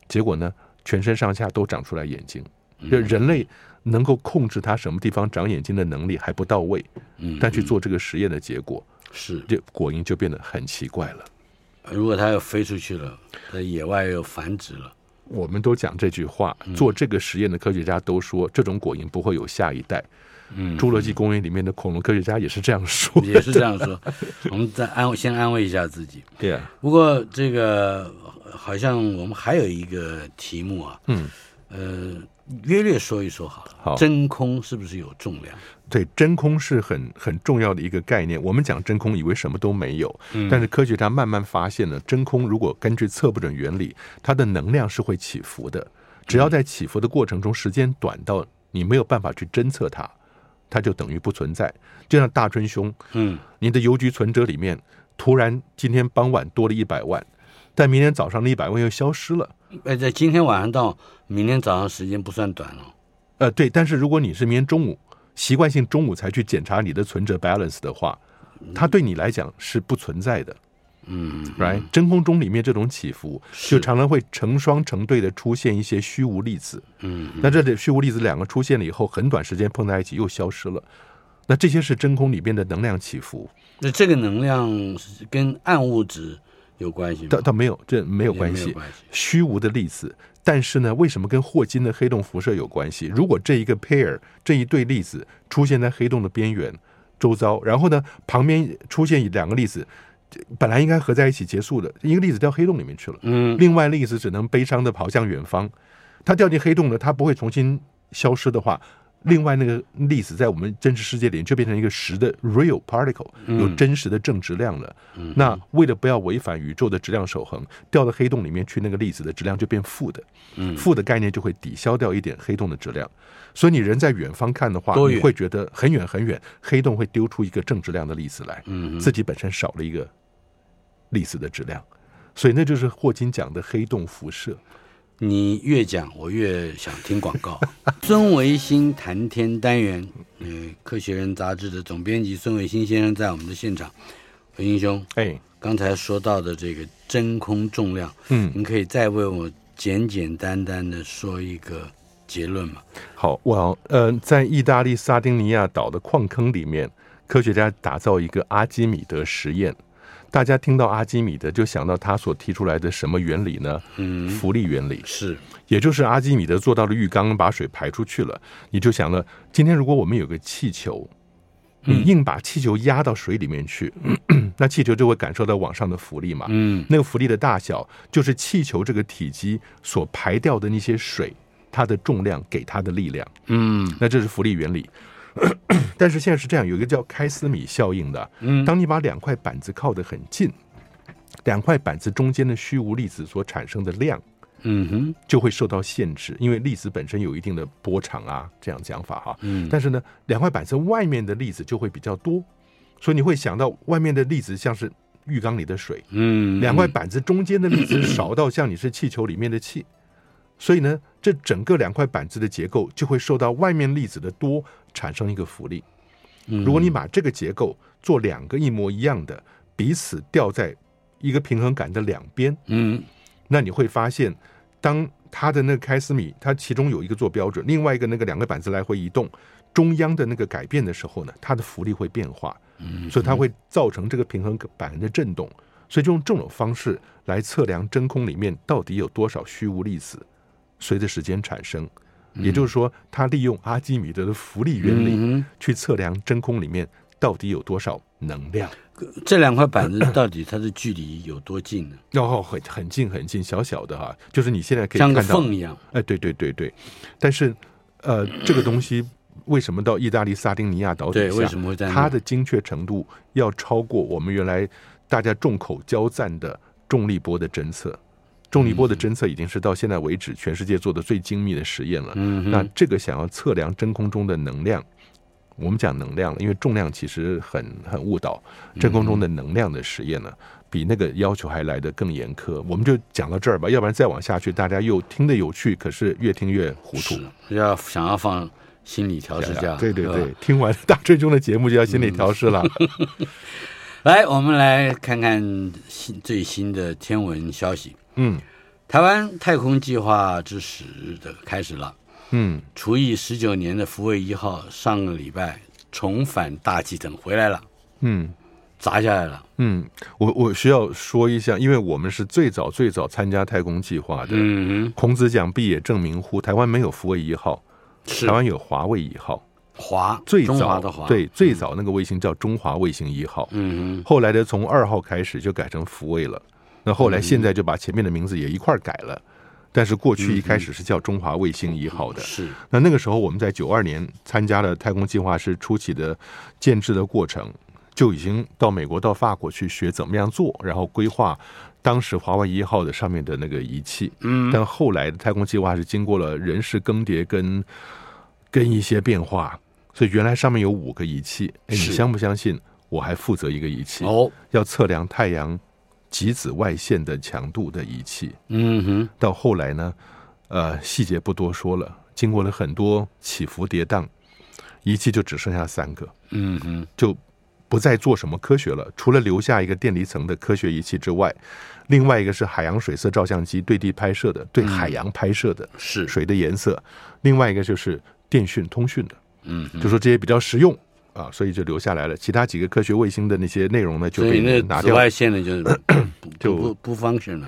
Speaker 3: 结果呢，全身上下都长出来眼睛。
Speaker 2: 嗯
Speaker 3: 就人类能够控制它什么地方长眼睛的能力还不到位，
Speaker 2: 嗯
Speaker 3: 但去做这个实验的结果，
Speaker 2: 是，
Speaker 3: 这果蝇就变得很奇怪了。
Speaker 2: 如果它要飞出去了，在野外又繁殖 了，
Speaker 3: 我们都讲这句话，
Speaker 2: 嗯
Speaker 3: 做这个实验的科学家都说，这种果蝇不会有下一代。
Speaker 2: 嗯
Speaker 3: 侏罗纪公园里面的恐龙科学家也是这样说
Speaker 2: 也是这样说。我们再安先安慰一下自己。
Speaker 3: 对呀，
Speaker 2: 不过这个呃好像我们还有一个题目啊，
Speaker 3: 嗯，
Speaker 2: 呃，约略说一说好了。
Speaker 3: 好
Speaker 2: 真空是不是有重量？
Speaker 3: 对，真空是很很重要的一个概念。我们讲真空，以为什么都没有，
Speaker 2: 嗯
Speaker 3: 但是科学家慢慢发现了，真空如果根据测不准原理，它的能量是会起伏的。只要在起伏的过程中，时间短到你没有办法去侦测它，它就等于不存在。就像大真凶，
Speaker 2: 嗯，
Speaker 3: 你的邮局存折里面突然今天傍晚多了一百万，但明天早上那一百万又消失了。
Speaker 2: 呃，在今天晚上到明天早上时间不算短哦了。
Speaker 3: 呃，对，但是如果你是明天中午习惯性中午才去检查你的存折 balance 的话，它对你来讲是不存在的。
Speaker 2: 嗯，
Speaker 3: right？真空中里面这种起伏，
Speaker 2: 是
Speaker 3: 就常常会成双成对的出现一些虚无粒子。
Speaker 2: 嗯，
Speaker 3: 那这里虚无粒子两个出现了以后，很短时间碰在一起又消失了。那这些是真空里面的能量起伏，
Speaker 2: 那这个能量是跟暗物质有关系吗？
Speaker 3: 倒倒没有，这没有
Speaker 2: 也
Speaker 3: 关
Speaker 2: 没有
Speaker 3: 系。
Speaker 2: 关系。
Speaker 3: 虚无的粒子，但是呢，为什么跟霍金的黑洞辐射有关系？如果这一个 pair 这一对粒子出现在黑洞的边缘周遭，然后呢，旁边出现两个粒子，本来应该合在一起结束的，一个粒子掉黑洞里面去了。
Speaker 2: 嗯，
Speaker 3: 另外粒子只能悲伤的跑向远方。它掉进黑洞呢，它不会重新消失的话，另外那个粒子在我们真实世界里就变成一个实的 real particle，有
Speaker 2: 嗯
Speaker 3: 真实的正质量了。那为了不要违反宇宙的质量守恒，掉到黑洞里面去，那个粒子的质量就变负的，
Speaker 2: 嗯
Speaker 3: 负的概念就会抵消掉一点黑洞的质量。所以你人在远方看的话，
Speaker 2: 多远
Speaker 3: 你会觉得很远很远，黑洞会丢出一个正质量的粒子来，
Speaker 2: 嗯
Speaker 3: 自己本身少了一个粒子的质量。所以那就是霍金讲的黑洞辐射。
Speaker 2: 你越讲，我越想听广 告。孙维新谈天单元，呃，《科学人》杂志的总编辑孙维新先生在我们的现场。维新兄，
Speaker 3: 哎，
Speaker 2: 刚才说到的这个真空重量，
Speaker 3: 嗯，
Speaker 2: 您可以再为我简简单单的说一个结论吗？
Speaker 3: 好，我呃，在意大利撒丁尼亚岛的矿坑里面，科学家打造一个阿基米德实验。大家听到阿基米德，就想到他所提出来的什么原理呢？
Speaker 2: 嗯，
Speaker 3: 浮力原理。
Speaker 2: 是，
Speaker 3: 也就是阿基米德做到了浴缸把水排出去了，你就想了，今天如果我们有个气球，你硬把气球压到水里面去， 那气球就会感受到往上的浮力嘛。
Speaker 2: 嗯
Speaker 3: 那个浮力的大小就是气球这个体积所排掉的那些水，它的重量给它的力量。
Speaker 2: 嗯
Speaker 3: 那这是浮力原理。 但是现在是这样，有一个叫开斯米效应的，
Speaker 2: 嗯
Speaker 3: 当你把两块板子靠得很近，两块板子中间的虚无粒子所产生的量。
Speaker 2: 嗯哼，
Speaker 3: 就会受到限制，因为粒子本身有一定的波长啊，这样讲法哈。
Speaker 2: 嗯
Speaker 3: 但是呢，两块板子外面的粒子就会比较多，所以你会想到外面的粒子像是浴缸里的水，
Speaker 2: 嗯，
Speaker 3: 两块板子中间的粒子少到像你是气球里面的气，所以呢，这整个两块板子的结构就会受到外面粒子的多产生一个浮力。
Speaker 2: 嗯，
Speaker 3: 如果你把这个结构做两个一模一样的，彼此吊在一个平衡杆的两边，
Speaker 2: 嗯
Speaker 3: 那你会发现，当它的那个开司米，它其中有一个做标准，另外一个那个两个板子来回移动，中央的那个改变的时候呢，它的浮力会变化，
Speaker 2: 嗯
Speaker 3: 所以它会造成这个平衡板的震动。所以就用这种方式来测量真空里面到底有多少虚无粒子随着时间产生，也就是说，它利用阿基米德的浮力原理
Speaker 2: 嗯
Speaker 3: 去测量真空里面到底有多少能量。
Speaker 2: 哼这两块板子到底它的距离有多近呢？
Speaker 3: 然后哦很很近很近，小小的哈、就是你现在可以
Speaker 2: 像
Speaker 3: 看到
Speaker 2: 个缝一样。
Speaker 3: 哎，对对对对，但是呃，这个东西为什么到意大利撒丁尼亚岛底
Speaker 2: 对，
Speaker 3: 下，
Speaker 2: 为什么会在那
Speaker 3: 它的精确程度要超过我们原来大家众口交赞的重力波的侦测？重力波
Speaker 2: 嗯
Speaker 3: 的侦测已经是到现在为止全世界做的最精密的实验了。
Speaker 2: 嗯哼
Speaker 3: 那这个想要测量真空中的能量，我们讲能量了，因为重量其实很很误导。真空中的能量的实验呢，比那个要求还来得更严苛。我们就讲到这儿吧，要不然再往下去，大家又听得有趣，可是越听越糊涂。哎
Speaker 2: 是要想要放心理调试架，
Speaker 3: 对对
Speaker 2: 是吧
Speaker 3: 对，听完大追中的节目就要心理调试了。
Speaker 2: 来，我们来看看新最新的天文消息。
Speaker 3: 嗯
Speaker 2: 台湾太空计划之始的开始了，
Speaker 3: 嗯，
Speaker 2: 除以十九年的福卫一号上个礼拜重返大气层回来了，
Speaker 3: 嗯
Speaker 2: 砸下来了。
Speaker 3: 嗯，我我需要说一下，因为我们是最早最早参加太空计划的。
Speaker 2: 嗯哼，
Speaker 3: 孔子讲“必也正名乎”，台湾没有福卫一号，
Speaker 2: 是
Speaker 3: 台湾有华卫一号。
Speaker 2: 华
Speaker 3: 最
Speaker 2: 中华
Speaker 3: 早
Speaker 2: 的华，，
Speaker 3: 对最早那个卫星叫中华卫星一号，
Speaker 2: 嗯哼，
Speaker 3: 后来的
Speaker 2: 嗯
Speaker 3: 从二号开始就改成福卫了。那后来现在就把前面的名字也一块儿改了，但是过去一
Speaker 2: 嗯
Speaker 3: 开始是叫中华卫星一号的。
Speaker 2: 是
Speaker 3: 那那个时候我们在九二年参加了太空计划师初期的建制的过程，就已经到美国、到法国去学怎么样做，然后规划当时华为一号的上面的那个仪器。嗯，但后来的太空计划是经过了人事更迭跟跟一些变化，所以原来上面有五个仪器。哎，你
Speaker 2: 是
Speaker 3: 相不相信？我还负责一个仪器，
Speaker 2: 哦，
Speaker 3: 要测量太阳极紫外线的强度的仪器。
Speaker 2: 嗯哼，
Speaker 3: 到后来呢，呃，细节不多说了，经过了很多起伏跌宕，仪器就只剩下三个，
Speaker 2: 嗯哼，
Speaker 3: 就不再做什么科学了。除了留下一个电离层的科学仪器之外，另外一个是海洋水色照相机对地拍摄的，对海洋拍摄的、
Speaker 2: 嗯是，
Speaker 3: 水的颜色；另外一个就是电讯通讯的，
Speaker 2: 嗯哼，
Speaker 3: 就说这些比较实用。啊，所以就留下来了。其他几个科学卫星的那些内容呢，就
Speaker 2: 所以
Speaker 3: 被
Speaker 2: 那
Speaker 3: 拿
Speaker 2: 紫
Speaker 3: 掉了，
Speaker 2: 外线的就是 不
Speaker 3: 就
Speaker 2: 不不 function 了，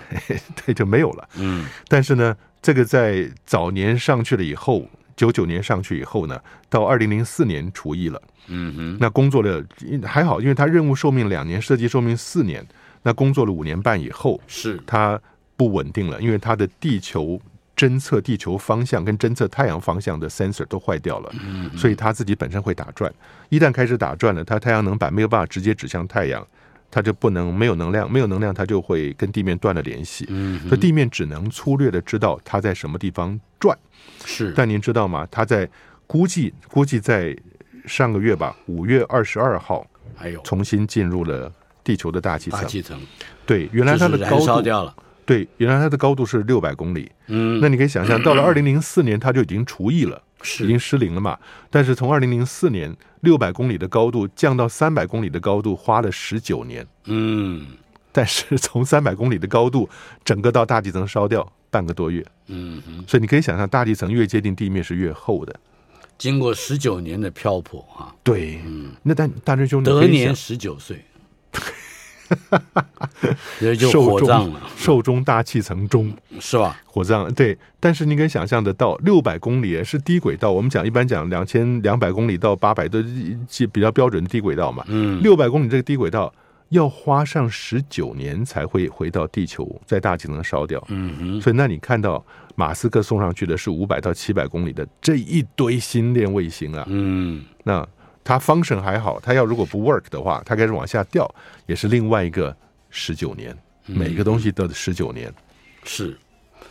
Speaker 3: 对，就没有了。
Speaker 2: 嗯，
Speaker 3: 但是呢，这个在早年上去了以后，九九年上去以后呢，到二零零四年除役了。
Speaker 2: 嗯哼，
Speaker 3: 那工作了还好，因为他任务寿命两年，设计寿命四年。那工作了五年半以后，
Speaker 2: 是，
Speaker 3: 它不稳定了，因为它的地球侦测地球方向跟侦测太阳方向的 sensor 都坏掉了，
Speaker 2: 嗯
Speaker 3: 所以它自己本身会打转。一旦开始打转了，它太阳能板没有办法直接指向太阳，它就不能没有能量，没有能量它就会跟地面断了联系。
Speaker 2: 嗯
Speaker 3: 所以地面只能粗略的知道它在什么地方转。
Speaker 2: 是，
Speaker 3: 但您知道吗？它在估计估计在上个月吧，五月二十二号
Speaker 2: 还有
Speaker 3: 重新进入了地球的大气层
Speaker 2: 大。气层，
Speaker 3: 对，原来
Speaker 2: 就
Speaker 3: 它
Speaker 2: 是
Speaker 3: 的
Speaker 2: 燃
Speaker 3: 高
Speaker 2: 烧
Speaker 3: 度
Speaker 2: 掉了，
Speaker 3: 对，原来它的高度是六百公里。
Speaker 2: 嗯，
Speaker 3: 那你可以想象，到了二零零四年，它就已经除役了，已
Speaker 2: 是
Speaker 3: 经失灵了嘛。但是从二零零四年六百公里的高度降到三百公里的高度，花了十九年。
Speaker 2: 嗯
Speaker 3: 但是从三百公里的高度，整个到大气层烧掉半个多月。
Speaker 2: 嗯哼，
Speaker 3: 所以你可以想象，大气层越接近地面是越厚的。
Speaker 2: 经过十九年的漂泊啊，
Speaker 3: 对，嗯那但大真兄，你
Speaker 2: 得
Speaker 3: 可以
Speaker 2: 年
Speaker 3: 想
Speaker 2: 十九 岁，这就
Speaker 3: 寿
Speaker 2: 火葬
Speaker 3: 终
Speaker 2: 了，
Speaker 3: 寿终大气层中。
Speaker 2: 是吧？
Speaker 3: 火葬对，但是你可以想象得到，六百公里是低轨道。我们讲一般讲两千两百公里到八百都是比较标准的低轨道嘛。
Speaker 2: 嗯，
Speaker 3: 六百公里这个低轨道要花上十九年才会回到地球，在大气层烧掉。
Speaker 2: 嗯哼，
Speaker 3: 所以，那你看到马斯克送上去的是五百到七百公里的这一堆星链卫星啊，
Speaker 2: 嗯，
Speaker 3: 那它 function 还好，它要如果不 work 的话，它开始往下掉，也是另外一个十九年，
Speaker 2: 嗯
Speaker 3: 每个东西都十九年。
Speaker 2: 是，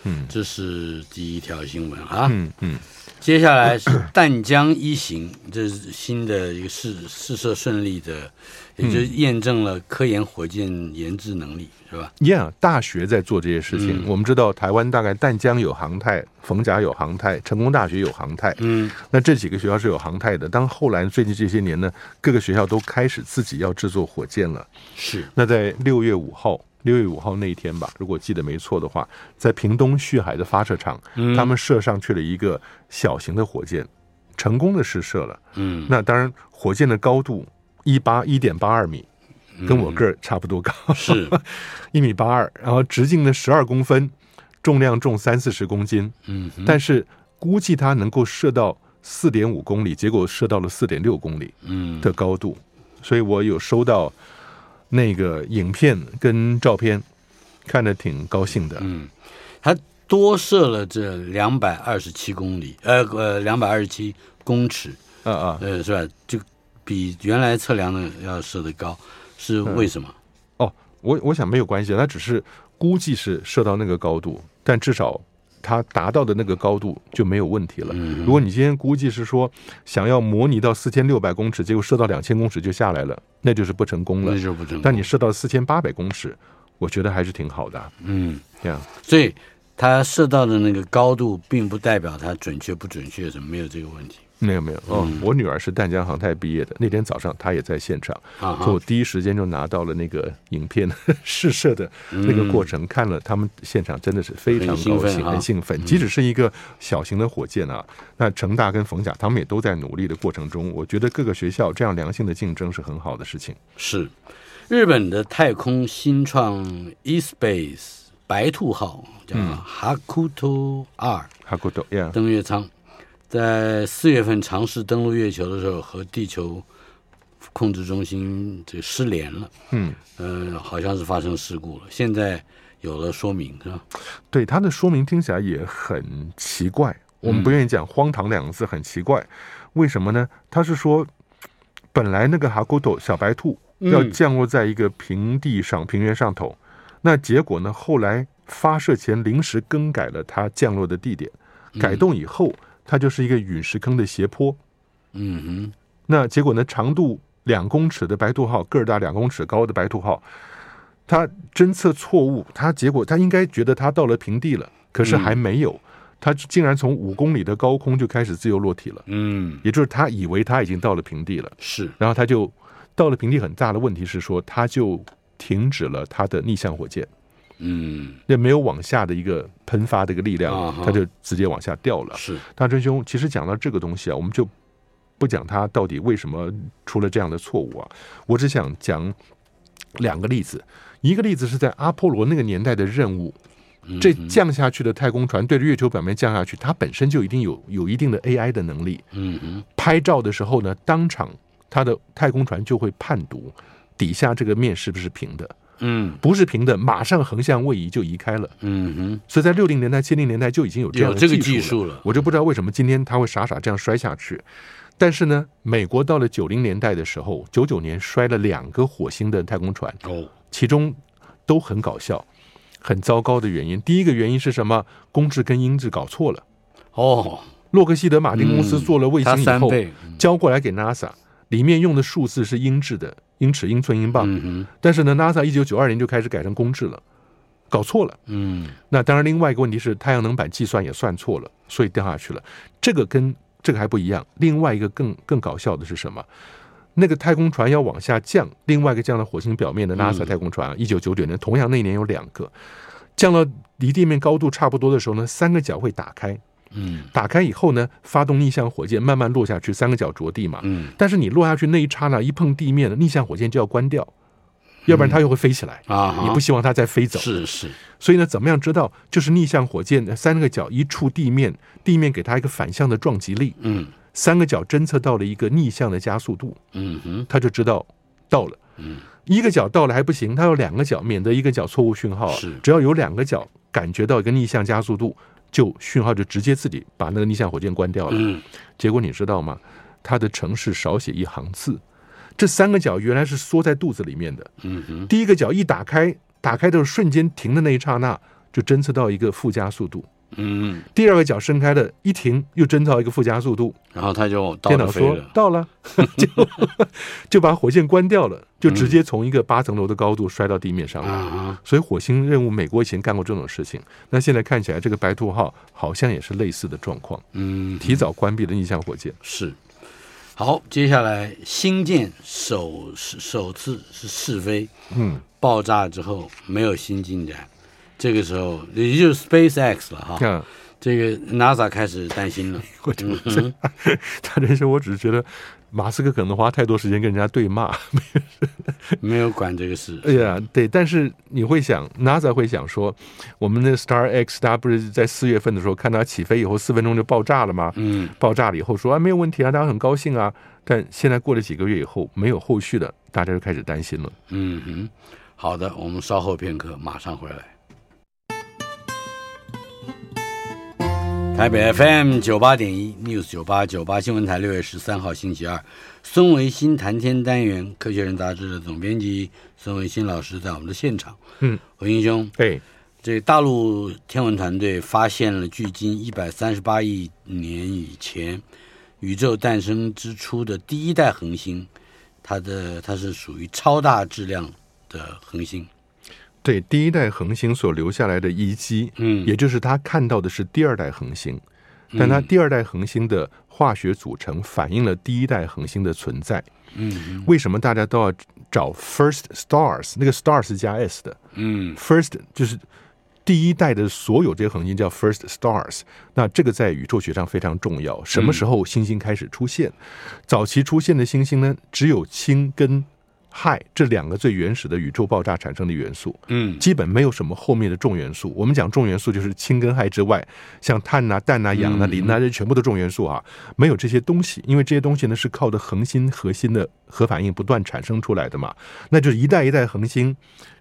Speaker 3: 嗯
Speaker 2: 这是第一条新闻啊。
Speaker 3: 嗯嗯，
Speaker 2: 接下来是淡江一型，这是新的一个试试射顺利的，也就是
Speaker 3: 嗯
Speaker 2: 验证了科研火箭研制能力，是吧？
Speaker 3: Yeah，大学在做这些事情。我们知道台湾大概淡江有航太，逢甲有航太，成功大学有航太。
Speaker 2: 嗯，
Speaker 3: 那这几个学校是有航太的。当后来最近这些年呢，各个学校都开始自己要制作火箭了。
Speaker 2: 是，
Speaker 3: 那在六月五号，六月五号那一天吧，如果记得没错的话，在屏东旭海的发射场，
Speaker 2: 嗯
Speaker 3: 他们射上去了一个小型的火箭，成功的试射了。
Speaker 2: 嗯，
Speaker 3: 那当然，火箭的高度一八一点八二米，跟我个儿差不多高。
Speaker 2: 嗯是，
Speaker 3: 一米八二，然后直径呢十二公分，重量重三四十公斤，
Speaker 2: 嗯哼，
Speaker 3: 但是估计它能够射到四点五公里，结果射到了四点六公里
Speaker 2: 嗯，
Speaker 3: 的高度，所以我有收到那个影片跟照片，看着挺高兴
Speaker 2: 嗯
Speaker 3: 的。
Speaker 2: 它多射了这两百二十七公里，呃呃，两百二十七公尺，
Speaker 3: 啊啊
Speaker 2: 呃，是吧？就比原来测量的要射的高，是为什么？
Speaker 3: 哦，我我想没有关系，它只是估计是射到那个高度，但至少。它达到的那个高度就没有问题了。如果你今天估计是说想要模拟到四千六百公尺，结果射到两千公尺就下来了，那就是不成功了
Speaker 2: 那。就不成功。
Speaker 3: 嗯但你射到四千八百公尺，我觉得还是挺好的啊。
Speaker 2: 嗯，
Speaker 3: 这样
Speaker 2: 所以它射到的那个高度，并不代表它准确不准确，什么没有这个问题
Speaker 3: 没有没有哦，我女儿是淡江航太毕业的，那天早上她也在现场，
Speaker 2: 啊
Speaker 3: 所以
Speaker 2: 哈
Speaker 3: 我。第一时间就拿到了那个影片 试射的那个过程，看了他们现场真的是非
Speaker 2: 嗯
Speaker 3: 常
Speaker 2: 很兴
Speaker 3: 高
Speaker 2: 奋
Speaker 3: 兴，
Speaker 2: 啊
Speaker 3: 很兴奋。即使是一个小型的火箭啊，那成大跟逢甲他们也都在努力的过程中，我觉得各个学校这样良性的竞争是很好的事情。
Speaker 2: 是日本的太空新创 eSpace 白兔号，叫
Speaker 3: 嗯
Speaker 2: Hakuto R
Speaker 3: 哈古斗呀，
Speaker 2: 登月舱，在四月份尝试登陆月球的时候，和地球控制中心这失联了，
Speaker 3: 嗯，
Speaker 2: 呃，好像是发生事故了。现在有了说明，是吧？
Speaker 3: 对，它的说明听起来也很奇怪。我
Speaker 2: 嗯
Speaker 3: 们不愿意讲“荒唐”两个字，很奇怪。为什么呢？他是说，本来那个哈古斗小白兔要
Speaker 2: 嗯
Speaker 3: 降落在一个平地上、平原上头，那结果呢？后来发射前临时更改了它降落的地点，改动以后，它就是一个陨石坑的斜坡。
Speaker 2: 嗯
Speaker 3: 那结果呢？长度两公尺的白兔号，个儿大两公尺高的白兔号，它侦测错误，它结果它应该觉得它到了平地了，可是还没有，它竟然从五公里的高空就开始自由落体了
Speaker 2: 哼，，嗯，
Speaker 3: 也就是它以为它已经到了平地了，
Speaker 2: 是，
Speaker 3: 然后它就到了平地，很大的问题是说，它就停止了它的逆向火箭，
Speaker 2: 嗯，
Speaker 3: 也没有往下的一个喷发的一个力
Speaker 2: 啊
Speaker 3: 量
Speaker 2: 哈，
Speaker 3: 它就直接往下掉了。
Speaker 2: 是，
Speaker 3: 大真兄，其实讲到这个东西啊，我们就不讲他到底为什么出了这样的错误啊，我只想讲两个例子。一个例子是在阿波罗那个年代的任务，
Speaker 2: 嗯
Speaker 3: 这降下去的太空船对着月球表面降下去，它本身就一定有有一定的 AI 的能力。
Speaker 2: 嗯哼，
Speaker 3: 拍照的时候呢，当场它的太空船就会判读底下这个面是不是平的，
Speaker 2: 嗯
Speaker 3: 不是平的，马上横向位移就移开了。
Speaker 2: 嗯哼，
Speaker 3: 所以在六零年代、七零年代就已经有这样
Speaker 2: 有
Speaker 3: 的
Speaker 2: 这个
Speaker 3: 技
Speaker 2: 技
Speaker 3: 术了。
Speaker 2: 术了，
Speaker 3: 我就不知道为什么今天他会傻傻这样摔下去。但是呢，美国到了九零年代的时候，九九年摔了两个火星的太空船，
Speaker 2: 哦，
Speaker 3: 其中都很搞笑、很糟糕的原因。第一个原因是什么？公制跟音制搞错了。
Speaker 2: 哦，
Speaker 3: 洛克希德马丁公司
Speaker 2: 嗯
Speaker 3: 做了卫
Speaker 2: 它
Speaker 3: 星以
Speaker 2: 三
Speaker 3: 后，
Speaker 2: 倍，
Speaker 3: 交过来给 NASA，里面用的数字是英制的，英尺、英寸、英磅。
Speaker 2: 嗯哼，
Speaker 3: 但是呢，NASA 一九九二年就开始改成公制了，搞错了。
Speaker 2: 嗯
Speaker 3: 那当然，另外一个问题是太阳能板计算也算错了，所以掉下去了。这个跟这个还不一样。另外一个更更搞笑的是什么？那个太空船要往下降，另外一个降到火星表面的 NASA 太空船啊，一九九九年同样那一年有两个，降到离地面高度差不多的时候呢，三个角会打开，
Speaker 2: 嗯
Speaker 3: 打开以后呢，发动逆向火箭慢慢落下去，三个角着地嘛。
Speaker 2: 嗯
Speaker 3: 但是你落下去那一刹那，一碰地面，逆向火箭就要关掉，要不然它又会飞起来。
Speaker 2: 嗯啊哈，
Speaker 3: 你不希望它再飞走，
Speaker 2: 是是，
Speaker 3: 所以呢，怎么样知道就是逆向火箭呃三个角一触地面，地面给它一个反向的撞击力，
Speaker 2: 嗯
Speaker 3: 三个角侦测到了一个逆向的加速度，
Speaker 2: 嗯哼，
Speaker 3: 它就知道到了。
Speaker 2: 嗯，
Speaker 3: 一个角到了还不行，它有两个角，免得一个角错误讯号啊
Speaker 2: 是。
Speaker 3: 只要有两个角感觉到一个逆向加速度，就讯号就直接自己把那个逆向火箭关掉了。
Speaker 2: 嗯
Speaker 3: 结果你知道吗？它的程式少写一行字，这三个角原来是缩在肚子里面的，
Speaker 2: 嗯哼，
Speaker 3: 第一个脚一打开，打开的时候瞬间停的那一刹那，就侦测到一个附加速度。
Speaker 2: 嗯，
Speaker 3: 第二个脚伸开了，一停又侦测到一个附加速度，
Speaker 2: 然后它就到
Speaker 3: 电
Speaker 2: 了
Speaker 3: 脑
Speaker 2: 飞
Speaker 3: 说
Speaker 2: 了，
Speaker 3: 到了，就就把火箭关掉了，就直接从一个八层楼的高度摔到地面上
Speaker 2: 啊
Speaker 3: 了。
Speaker 2: 哈，
Speaker 3: 所以火星任务，美国以前干过这种事情。那现在看起来，这个白兔号好像也是类似的状况，
Speaker 2: 嗯，
Speaker 3: 提早关闭了逆向火箭。
Speaker 2: 是。好，接下来星舰首首次是试飞，
Speaker 3: 嗯，
Speaker 2: 爆炸之后没有新进展，这个时候也就是 SpaceX 了哈，
Speaker 3: 那、
Speaker 2: 这个 NASA 开始担心了，
Speaker 3: 我就这， 他这些，我只是觉得马斯克可能花太多时间跟人家对骂。
Speaker 2: 没有管这个事。
Speaker 3: 哎呀，对，但是你会想，NASA 会想说，我们的 Star X，大家不是在四月份的时候看它起飞以后四分钟就爆炸了吗？
Speaker 2: 嗯，
Speaker 3: 爆炸了以后说啊没有问题啊，大家很高兴啊。但现在过了几个月以后，没有后续的，大家就开始担心了。
Speaker 2: 嗯哼，好的，我们稍后片刻，马上回来。台北 FM 九八点一 News 九八九八新闻台六月十三号星期二，孙维新谈天单元，《科学人》杂志的总编辑孙维新老师在我们的现场。
Speaker 3: 嗯，
Speaker 2: 文英兄，
Speaker 3: 哎，
Speaker 2: 这大陆天文团队发现了距今一百三十八亿年以前宇宙诞生之初的第一代恒星，它的它是属于超大质量的恒星。
Speaker 3: 对，第一代恒星所留下来的遗迹，
Speaker 2: 嗯
Speaker 3: 也就是他看到的是第二代恒星，但他第二代恒星的化学组成反映了第一代恒星的存在。
Speaker 2: 嗯
Speaker 3: 为什么大家都要找 first stars？那个 star 是加 s 的。
Speaker 2: 嗯
Speaker 3: first 就是第一代的所有这些恒星叫 first stars，那这个在宇宙学上非常重要。
Speaker 2: 嗯
Speaker 3: 什么时候星星开始出现？早期出现的星星呢，只有氢跟氦这两个最原始的宇宙爆炸产生的元素，
Speaker 2: 嗯
Speaker 3: 基本没有什么后面的重元素。我们讲重元素就是氢跟氦之外，像碳呐、氮呐、氧呐、
Speaker 2: 嗯
Speaker 3: 磷呐，这全部都重元素啊，没有这些东西，因为这些东西呢是靠的恒星核心的核反应不断产生出来的嘛。那就是一代一代恒星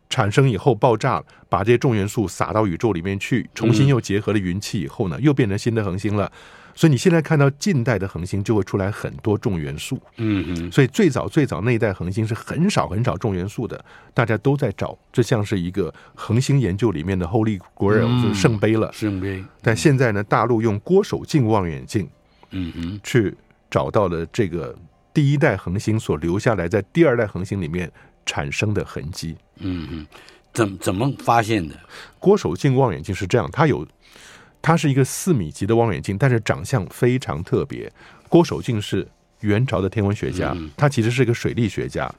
Speaker 3: 产生以后爆炸，把这些重元素撒到宇宙里面去，重新又结合了云气以后呢，又变成新的恒星了。所以你现在看到近代的恒星就会出来很多重元素，
Speaker 2: 嗯嗯
Speaker 3: 所以最早最早那一代恒星是很少很少重元素的，大家都在找，这像是一个恒星研究里面的后立国人，
Speaker 2: 嗯
Speaker 3: 就是圣杯了。
Speaker 2: 圣杯，
Speaker 3: 但现在呢，大陆用郭守敬望远镜
Speaker 2: 嗯嗯
Speaker 3: 去找到了这个第一代恒星所留下来在第二代恒星里面产生的痕迹。
Speaker 2: 嗯嗯，怎怎么发现的？
Speaker 3: 郭守敬望远镜是这样，它有，它是一个四米级的望远镜，但是长相非常特别。郭守敬是元朝的天文学家
Speaker 2: 嗯，
Speaker 3: 他其实是个水利学家，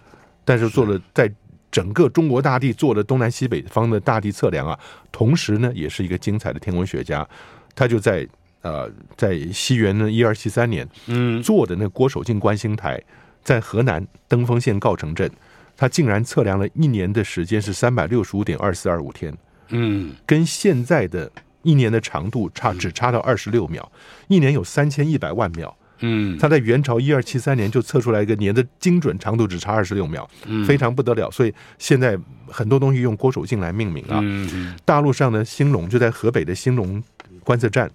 Speaker 3: 但是做了在整个中国大地做了东南西北方的大地测量啊，同时呢也是一个精彩的天文学家，他就在。呃，在西元呢一二七三年
Speaker 2: 嗯
Speaker 3: 做的那郭守敬观星台，在河南登封县告城镇，他竟然测量了一年的时间是三百六十五点二四二五天，
Speaker 2: 嗯
Speaker 3: 跟现在的一年的长度差只差到二十六秒，一年有三千一百万秒。
Speaker 2: 嗯，
Speaker 3: 它在元朝一二七三年就测出来一个年的精准长度只差二十六秒，非常不得了。所以现在很多东西用郭守敬来命名啊。
Speaker 2: 嗯嗯
Speaker 3: 大陆上的兴隆就在河北的兴隆观测站。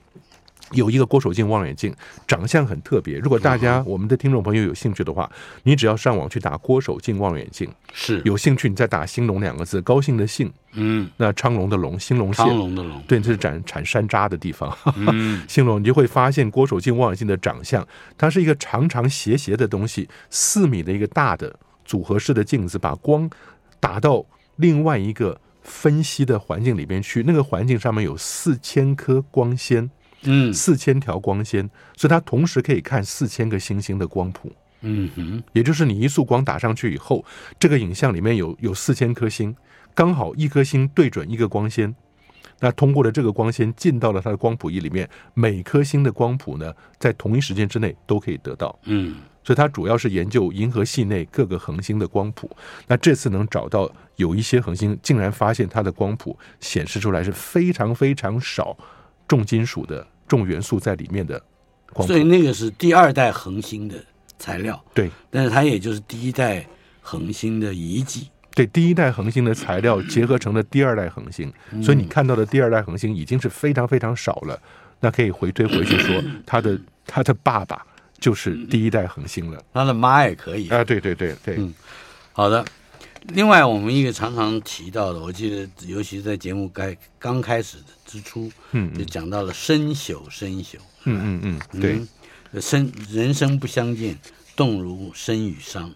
Speaker 3: 有一个郭守敬望远镜，长相很特别。如果大家我们的听众朋友有兴趣的话，你只要上网去打郭守敬望远镜，
Speaker 2: 是
Speaker 3: 有兴趣你再打兴隆两个字，高兴的兴，
Speaker 2: 嗯
Speaker 3: 那昌隆的隆，兴隆县
Speaker 2: 苍龙的龙，
Speaker 3: 对，这是产产山楂的地方。
Speaker 2: 嗯
Speaker 3: 兴隆，你就会发现郭守敬望远镜的长相，它是一个长长斜斜的东西，四米的一个大的组合式的镜子，把光打到另外一个分析的环境里边去。那个环境上面有四千颗光纤，
Speaker 2: 嗯
Speaker 3: 四千条光纤，所以它同时可以看四千个星星的光谱。
Speaker 2: 嗯哼
Speaker 3: 也就是你一束光打上去以后，这个影像里面有有四千颗星，刚好一颗星对准一个光纤，那通过了这个光纤进到了它的光谱仪里面，每颗星的光谱呢，在同一时间之内都可以得到。
Speaker 2: 嗯
Speaker 3: 所以它主要是研究银河系内各个恒星的光谱。那这次能找到有一些恒星，竟然发现它的光谱显示出来是非常非常少重金属的重元素在里面的光谱
Speaker 2: 所以。那个是第二代恒星的材料，
Speaker 3: 对，
Speaker 2: 但是它也就是第一代恒星的遗迹。
Speaker 3: 对第一代恒星的材料结合成了第二代恒星，
Speaker 2: 嗯
Speaker 3: 所以你看到的第二代恒星已经是非常非常少了。那可以回推回去说，
Speaker 2: 嗯
Speaker 3: 他的他的爸爸就是第一代恒星了
Speaker 2: 他的妈也可以
Speaker 3: 啊！对对对对，
Speaker 2: 嗯好的，另外我们一个常常提到的，我记得尤其是在节目开刚开始的之初，
Speaker 3: 嗯
Speaker 2: 就
Speaker 3: 嗯
Speaker 2: 讲到了生朽，生朽，
Speaker 3: 嗯嗯嗯，对
Speaker 2: 嗯，生人生不相见，动如身与伤，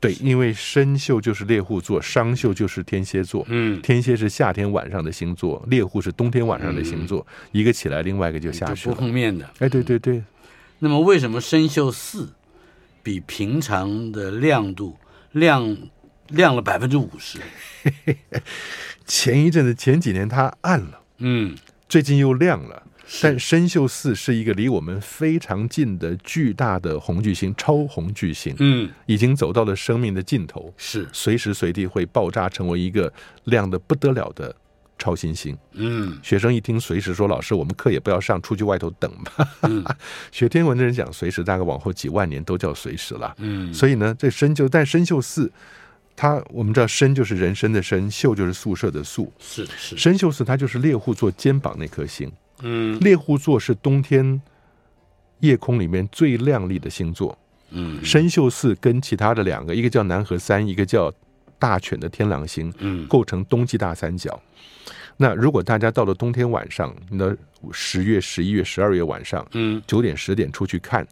Speaker 3: 对，因为申宿就是猎户座，商宿就是天蝎座，
Speaker 2: 嗯，
Speaker 3: 天蝎是夏天晚上的星座，猎户是冬天晚上的星座，一个起来，另外一个就下
Speaker 2: 嗯就
Speaker 3: 去
Speaker 2: 不
Speaker 3: 了。
Speaker 2: 碰面的。
Speaker 3: 哎，对对对，
Speaker 2: 那么为什么生锈四比平常的亮度亮亮了百分之五十？
Speaker 3: 前一阵子前几年它暗了，
Speaker 2: 嗯，
Speaker 3: 最近又亮了。
Speaker 2: 是
Speaker 3: 但深秀四是一个离我们非常近的巨大的红巨星，超红巨星，
Speaker 2: 嗯
Speaker 3: 已经走到了生命的尽头，
Speaker 2: 是
Speaker 3: 随时随地会爆炸成为一个亮的不得了的超新星。
Speaker 2: 嗯
Speaker 3: 学生一听，随时说：“老师，我们课也不要上，出去外头等吧。
Speaker 2: 嗯”
Speaker 3: 学天文的人讲随时，大概往后几万年都叫随时了。
Speaker 2: 嗯
Speaker 3: 所以呢，这深究，但深秀四，它我们知道深就是人参的深，秀就是宿舍的宿，
Speaker 2: 是是
Speaker 3: 深秀四它就是猎户座肩膀那颗星。
Speaker 2: 嗯
Speaker 3: 猎户座是冬天夜空里面最亮丽的星座，
Speaker 2: 嗯
Speaker 3: 深秀四跟其他的两个，一个叫南河三，一个叫大犬的天狼星，
Speaker 2: 嗯
Speaker 3: 构成冬季大三角。那如果大家到了冬天晚上，那十月、十一月、十二月晚上
Speaker 2: 嗯
Speaker 3: 九点、十点出去看，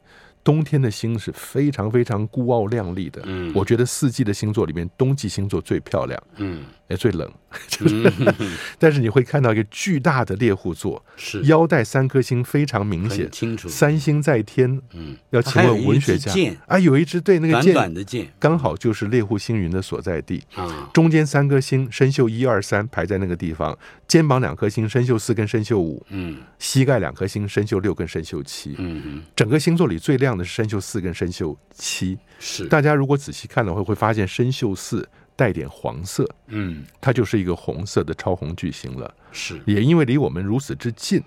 Speaker 3: 冬天的星是非常非常孤傲亮丽的。
Speaker 2: 嗯
Speaker 3: 我觉得四季的星座里面，冬季星座最漂亮。
Speaker 2: 嗯
Speaker 3: 也最冷， 就是， 但是你会看到一个巨大的猎户座，
Speaker 2: 是
Speaker 3: 腰带三颗星非常明显
Speaker 2: 很，清楚，
Speaker 3: 三星在天。
Speaker 2: 嗯，
Speaker 3: 要请问文学
Speaker 2: 它
Speaker 3: 家
Speaker 2: 还有一支箭
Speaker 3: 啊，有一支对那个
Speaker 2: 短
Speaker 3: 箭，
Speaker 2: 短的剑
Speaker 3: 刚好就是猎户星云的所在地。
Speaker 2: 啊，
Speaker 3: 中间三颗星，生锈一二三排在那个地方；肩膀两颗星，生锈四跟生锈五；
Speaker 2: 嗯
Speaker 3: 膝盖两颗星，生锈六跟生锈七。
Speaker 2: 嗯，
Speaker 3: 整个星座里最亮的是生锈四跟生锈七。
Speaker 2: 是，
Speaker 3: 大家如果仔细看的话，会发现生锈四带点黄色，
Speaker 2: 嗯
Speaker 3: 它就是一个红色的超红巨星了。
Speaker 2: 是
Speaker 3: 也因为离我们如此之近，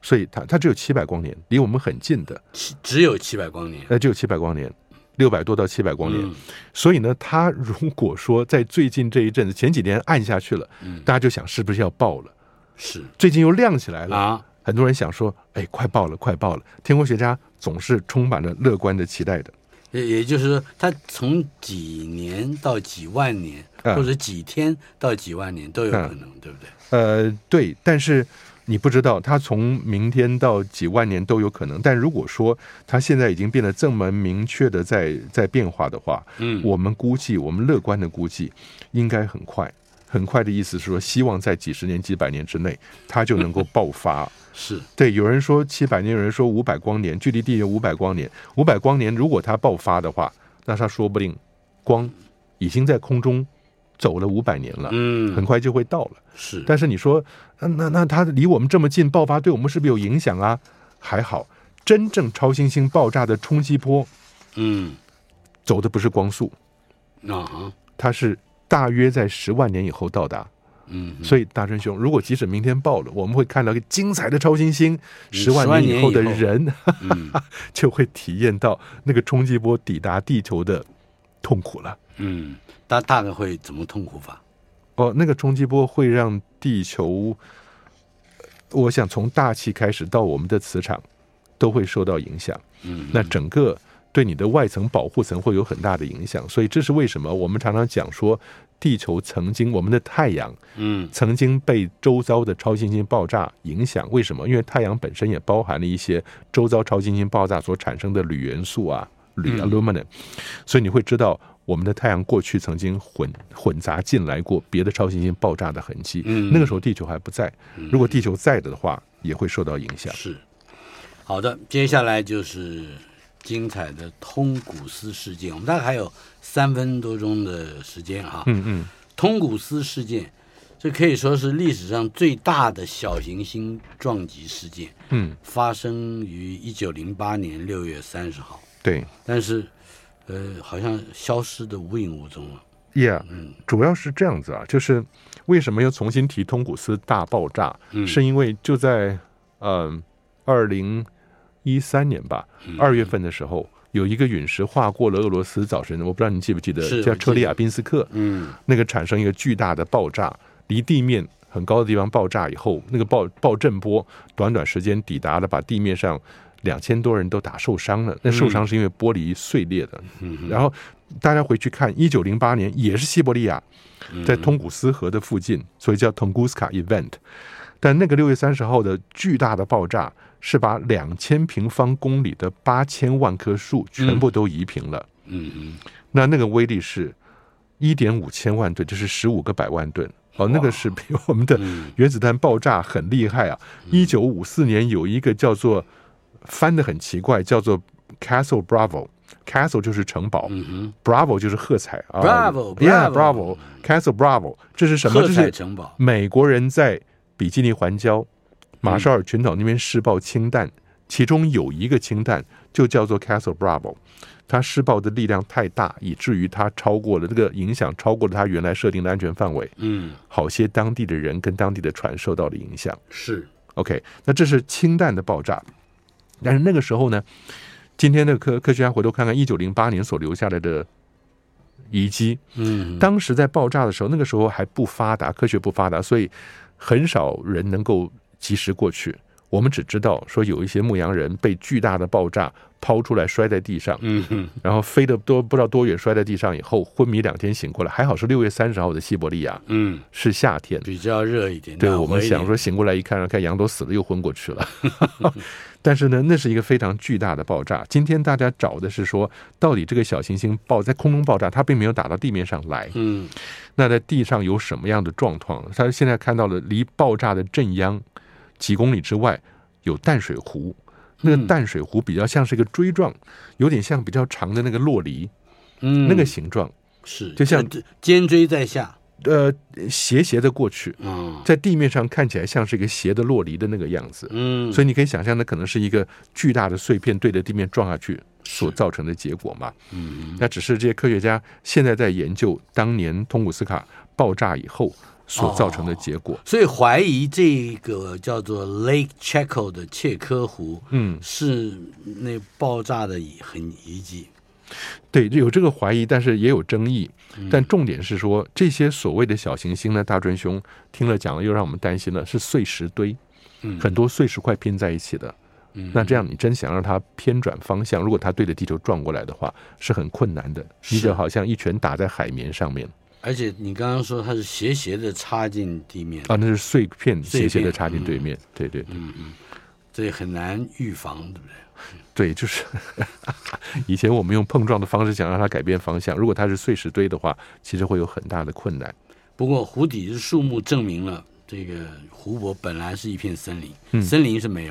Speaker 3: 所以它它只有七百光年，离我们很近的，
Speaker 2: 七只有七百光年，
Speaker 3: 呃，只有七百光年。六百多到七百光年，
Speaker 2: 嗯
Speaker 3: 所以呢，它如果说在最近这一阵子，前几年暗下去了，
Speaker 2: 嗯
Speaker 3: 大家就想是不是要爆了？
Speaker 2: 是
Speaker 3: 最近又亮起来了，
Speaker 2: 啊，
Speaker 3: 很多人想说，哎，快爆了，快爆了！天文学家总是充满了乐观的期待的。
Speaker 2: 也也就是说，它从几年到几万年，
Speaker 3: 嗯
Speaker 2: 或者几天到几万年都有可能，对不对？
Speaker 3: 呃，对，但是你不知道，它从明天到几万年都有可能。但如果说它现在已经变得这么明确的在在变化的话，
Speaker 2: 嗯，
Speaker 3: 我们估计，我们乐观的估计，应该很快。 很快的意思是说，希望在几十年、几百年之内，它就能够爆发。
Speaker 2: 是
Speaker 3: 对，有人说七百年，有人说五百光年，距离地球五百光年。五百光年，如果它爆发的话，那它说不定光已经在空中走了五百年了，很
Speaker 2: 嗯
Speaker 3: 快就会到了。
Speaker 2: 是，
Speaker 3: 但是你说，那那那它离我们这么近，爆发对我们是不是有影响啊？还好，真正超新星爆炸的冲击波
Speaker 2: 嗯
Speaker 3: 走的不是光速，
Speaker 2: 啊哈
Speaker 3: 它是大约在十万年以后到达。
Speaker 2: 嗯哼
Speaker 3: 所以，大真兄，如果即使明天爆了，我们会看到一个精彩的超新星，十
Speaker 2: 10万嗯
Speaker 3: 万年以后的
Speaker 2: 年以后
Speaker 3: 人。
Speaker 2: 嗯
Speaker 3: 就会体验到那个冲击波抵达地球的痛苦了。
Speaker 2: 嗯，它大概会怎么痛苦法？
Speaker 3: 哦，那个冲击波会让地球，我想从大气开始到我们的磁场都会受到影响。
Speaker 2: 嗯，
Speaker 3: 那整个对你的外层保护层会有很大的影响，所以这是为什么我们常常讲说，地球曾经我们的太阳
Speaker 2: 嗯
Speaker 3: 曾经被周遭的超新星爆炸影响。为什么？因为太阳本身也包含了一些周遭超新星爆炸所产生的铝元素啊，
Speaker 2: 嗯
Speaker 3: 铝 （aluminum），、所以你会知道我们的太阳过去曾经混混杂进来过别的超新星爆炸的痕迹。
Speaker 2: 嗯
Speaker 3: 那个时候地球还不在，如果地球在的话，也会受到影响。
Speaker 2: 是，好的，接下来就是精彩的通古斯事件，我们大概还有三分多钟的时间哈。
Speaker 3: 嗯嗯，
Speaker 2: 通古斯事件，这可以说是历史上最大的小行星撞击事件，
Speaker 3: 嗯，
Speaker 2: 发生于一九零八年六月三十号，
Speaker 3: 对
Speaker 2: 但是，呃，好像消失的无影无踪了。
Speaker 3: ，Yeah，
Speaker 2: 嗯
Speaker 3: 主要是这样子啊，就是为什么要重新提通古斯大爆炸？
Speaker 2: 嗯，
Speaker 3: 是因为就在嗯二零一三年吧，
Speaker 2: 嗯
Speaker 3: 二月份的时候，有一个陨石划过了俄罗斯早晨，我不知道你记不记
Speaker 2: 是
Speaker 3: 得，
Speaker 2: 我
Speaker 3: 叫
Speaker 2: 记
Speaker 3: 车里
Speaker 2: 得
Speaker 3: 亚宾斯克，
Speaker 2: 嗯
Speaker 3: 那个产生一个巨大的爆炸，离地面很高的地方爆炸以后，那个爆爆震波短短时间抵达了，把地面上两千多人都打受伤了。那受伤是因为玻璃碎裂的。然后大家回去看，一九零八年也是西伯利亚，在通古斯河的附近，所以叫 Tunguska Event。但那个六月三十号的巨大的爆炸，是把两千平方公里的八千万棵树全部都移平了。
Speaker 2: 嗯嗯，
Speaker 3: 那那个威力是一点五千万吨，就是十五个百万吨。哦，那个是比我们的
Speaker 2: 嗯
Speaker 3: 原子弹爆炸很厉害啊！一九五四年有一个叫做翻的很奇怪，叫做 Castle Bravo，Castle 就是城堡、
Speaker 2: 嗯
Speaker 3: b r a v o 就是喝彩啊
Speaker 2: Bravo，Bravo
Speaker 3: ，Yeah，Bravo，Castle Bravo，这是
Speaker 2: 哼，
Speaker 3: 什么？
Speaker 2: 喝
Speaker 3: 这
Speaker 2: 彩
Speaker 3: 是
Speaker 2: 城堡，
Speaker 3: 美国人在比基尼环礁、马绍尔群岛那边试爆氢弹，其中有一个氢弹就叫做 Castle Bravo，它试爆的力量太大，以至于它超过了这个影响，超过了它原来设定的安全范围，
Speaker 2: 嗯
Speaker 3: 好些当地的人跟当地的船受到了影响。
Speaker 2: 是，
Speaker 3: OK，那这是氢弹的爆炸，但是那个时候呢，今天的科科学家回头看看一九零八年所留下来的遗迹，
Speaker 2: 嗯
Speaker 3: 当时在爆炸的时候，那个时候还不发达，科学不发达，所以很少人能够及时过去。我们只知道说有一些牧羊人被巨大的爆炸抛出来摔在地上，
Speaker 2: 嗯哼，
Speaker 3: 然后飞得多不知道多远，摔在地上以后昏迷两天，醒过来，还好是六月三十号的西伯利亚，
Speaker 2: 嗯，
Speaker 3: 是夏天。
Speaker 2: 比较热一点。
Speaker 3: 对
Speaker 2: 暖和
Speaker 3: 我们
Speaker 2: 一
Speaker 3: 想
Speaker 2: 点，
Speaker 3: 说醒过来一看，看羊都死了，又昏 过去了。但是呢，那是一个非常巨大的爆炸。今天大家找的是说，到底这个小行星爆在空中爆炸，它并没有打到地面上来。
Speaker 2: 嗯
Speaker 3: 那在地上有什么样的状况？他现在看到了离爆炸的正央几公里之外有淡水湖，
Speaker 2: 嗯
Speaker 3: 那个淡水湖比较像是一个锥状，有点像比较长的那个洛梨
Speaker 2: 嗯，
Speaker 3: 那个形状，
Speaker 2: 是
Speaker 3: 就像
Speaker 2: 这尖锥在下，
Speaker 3: 呃，斜斜的过去，
Speaker 2: 嗯
Speaker 3: 在地面上看起来像是一个斜的洛梨的那个样子。
Speaker 2: 嗯，
Speaker 3: 所以你可以想象，那可能是一个巨大的碎片对着地面撞下去所造成的结果嘛。嗯，那只是这些科学家现在在研究当年通古斯卡爆炸以后
Speaker 2: 哦
Speaker 3: 所造成的结果。
Speaker 2: 所以怀疑这个叫做 Lake Checo 的切科湖
Speaker 3: 嗯，
Speaker 2: 是那爆炸的遗痕遗迹。
Speaker 3: 对，有这个怀疑，但是也有争议。
Speaker 2: 嗯
Speaker 3: 但重点是说，这些所谓的小行星呢，大专兄听了讲了，又让我们担心了，是碎石堆，
Speaker 2: 嗯
Speaker 3: 很多碎石块拼在一起的。那这样你真想让它偏转方向，如果它对着地球撞过来的话，是很困难的。你
Speaker 2: 是
Speaker 3: 就好像一拳打在海绵上面
Speaker 2: 而且你刚刚说它是斜斜的插进地面，
Speaker 3: 啊，那是碎片
Speaker 2: 碎
Speaker 3: 斜
Speaker 2: 片嗯
Speaker 3: 斜的插进对面。对对对
Speaker 2: 这很难预防，对不对？
Speaker 3: 对，就是 以前我们用碰撞的方式想让它改变方向，如果它是碎石堆的话，其实会有很大的困难。
Speaker 2: 不过
Speaker 3: 嗯
Speaker 2: 湖底的树木证明了这个湖泊本来是一片森林，森林是没有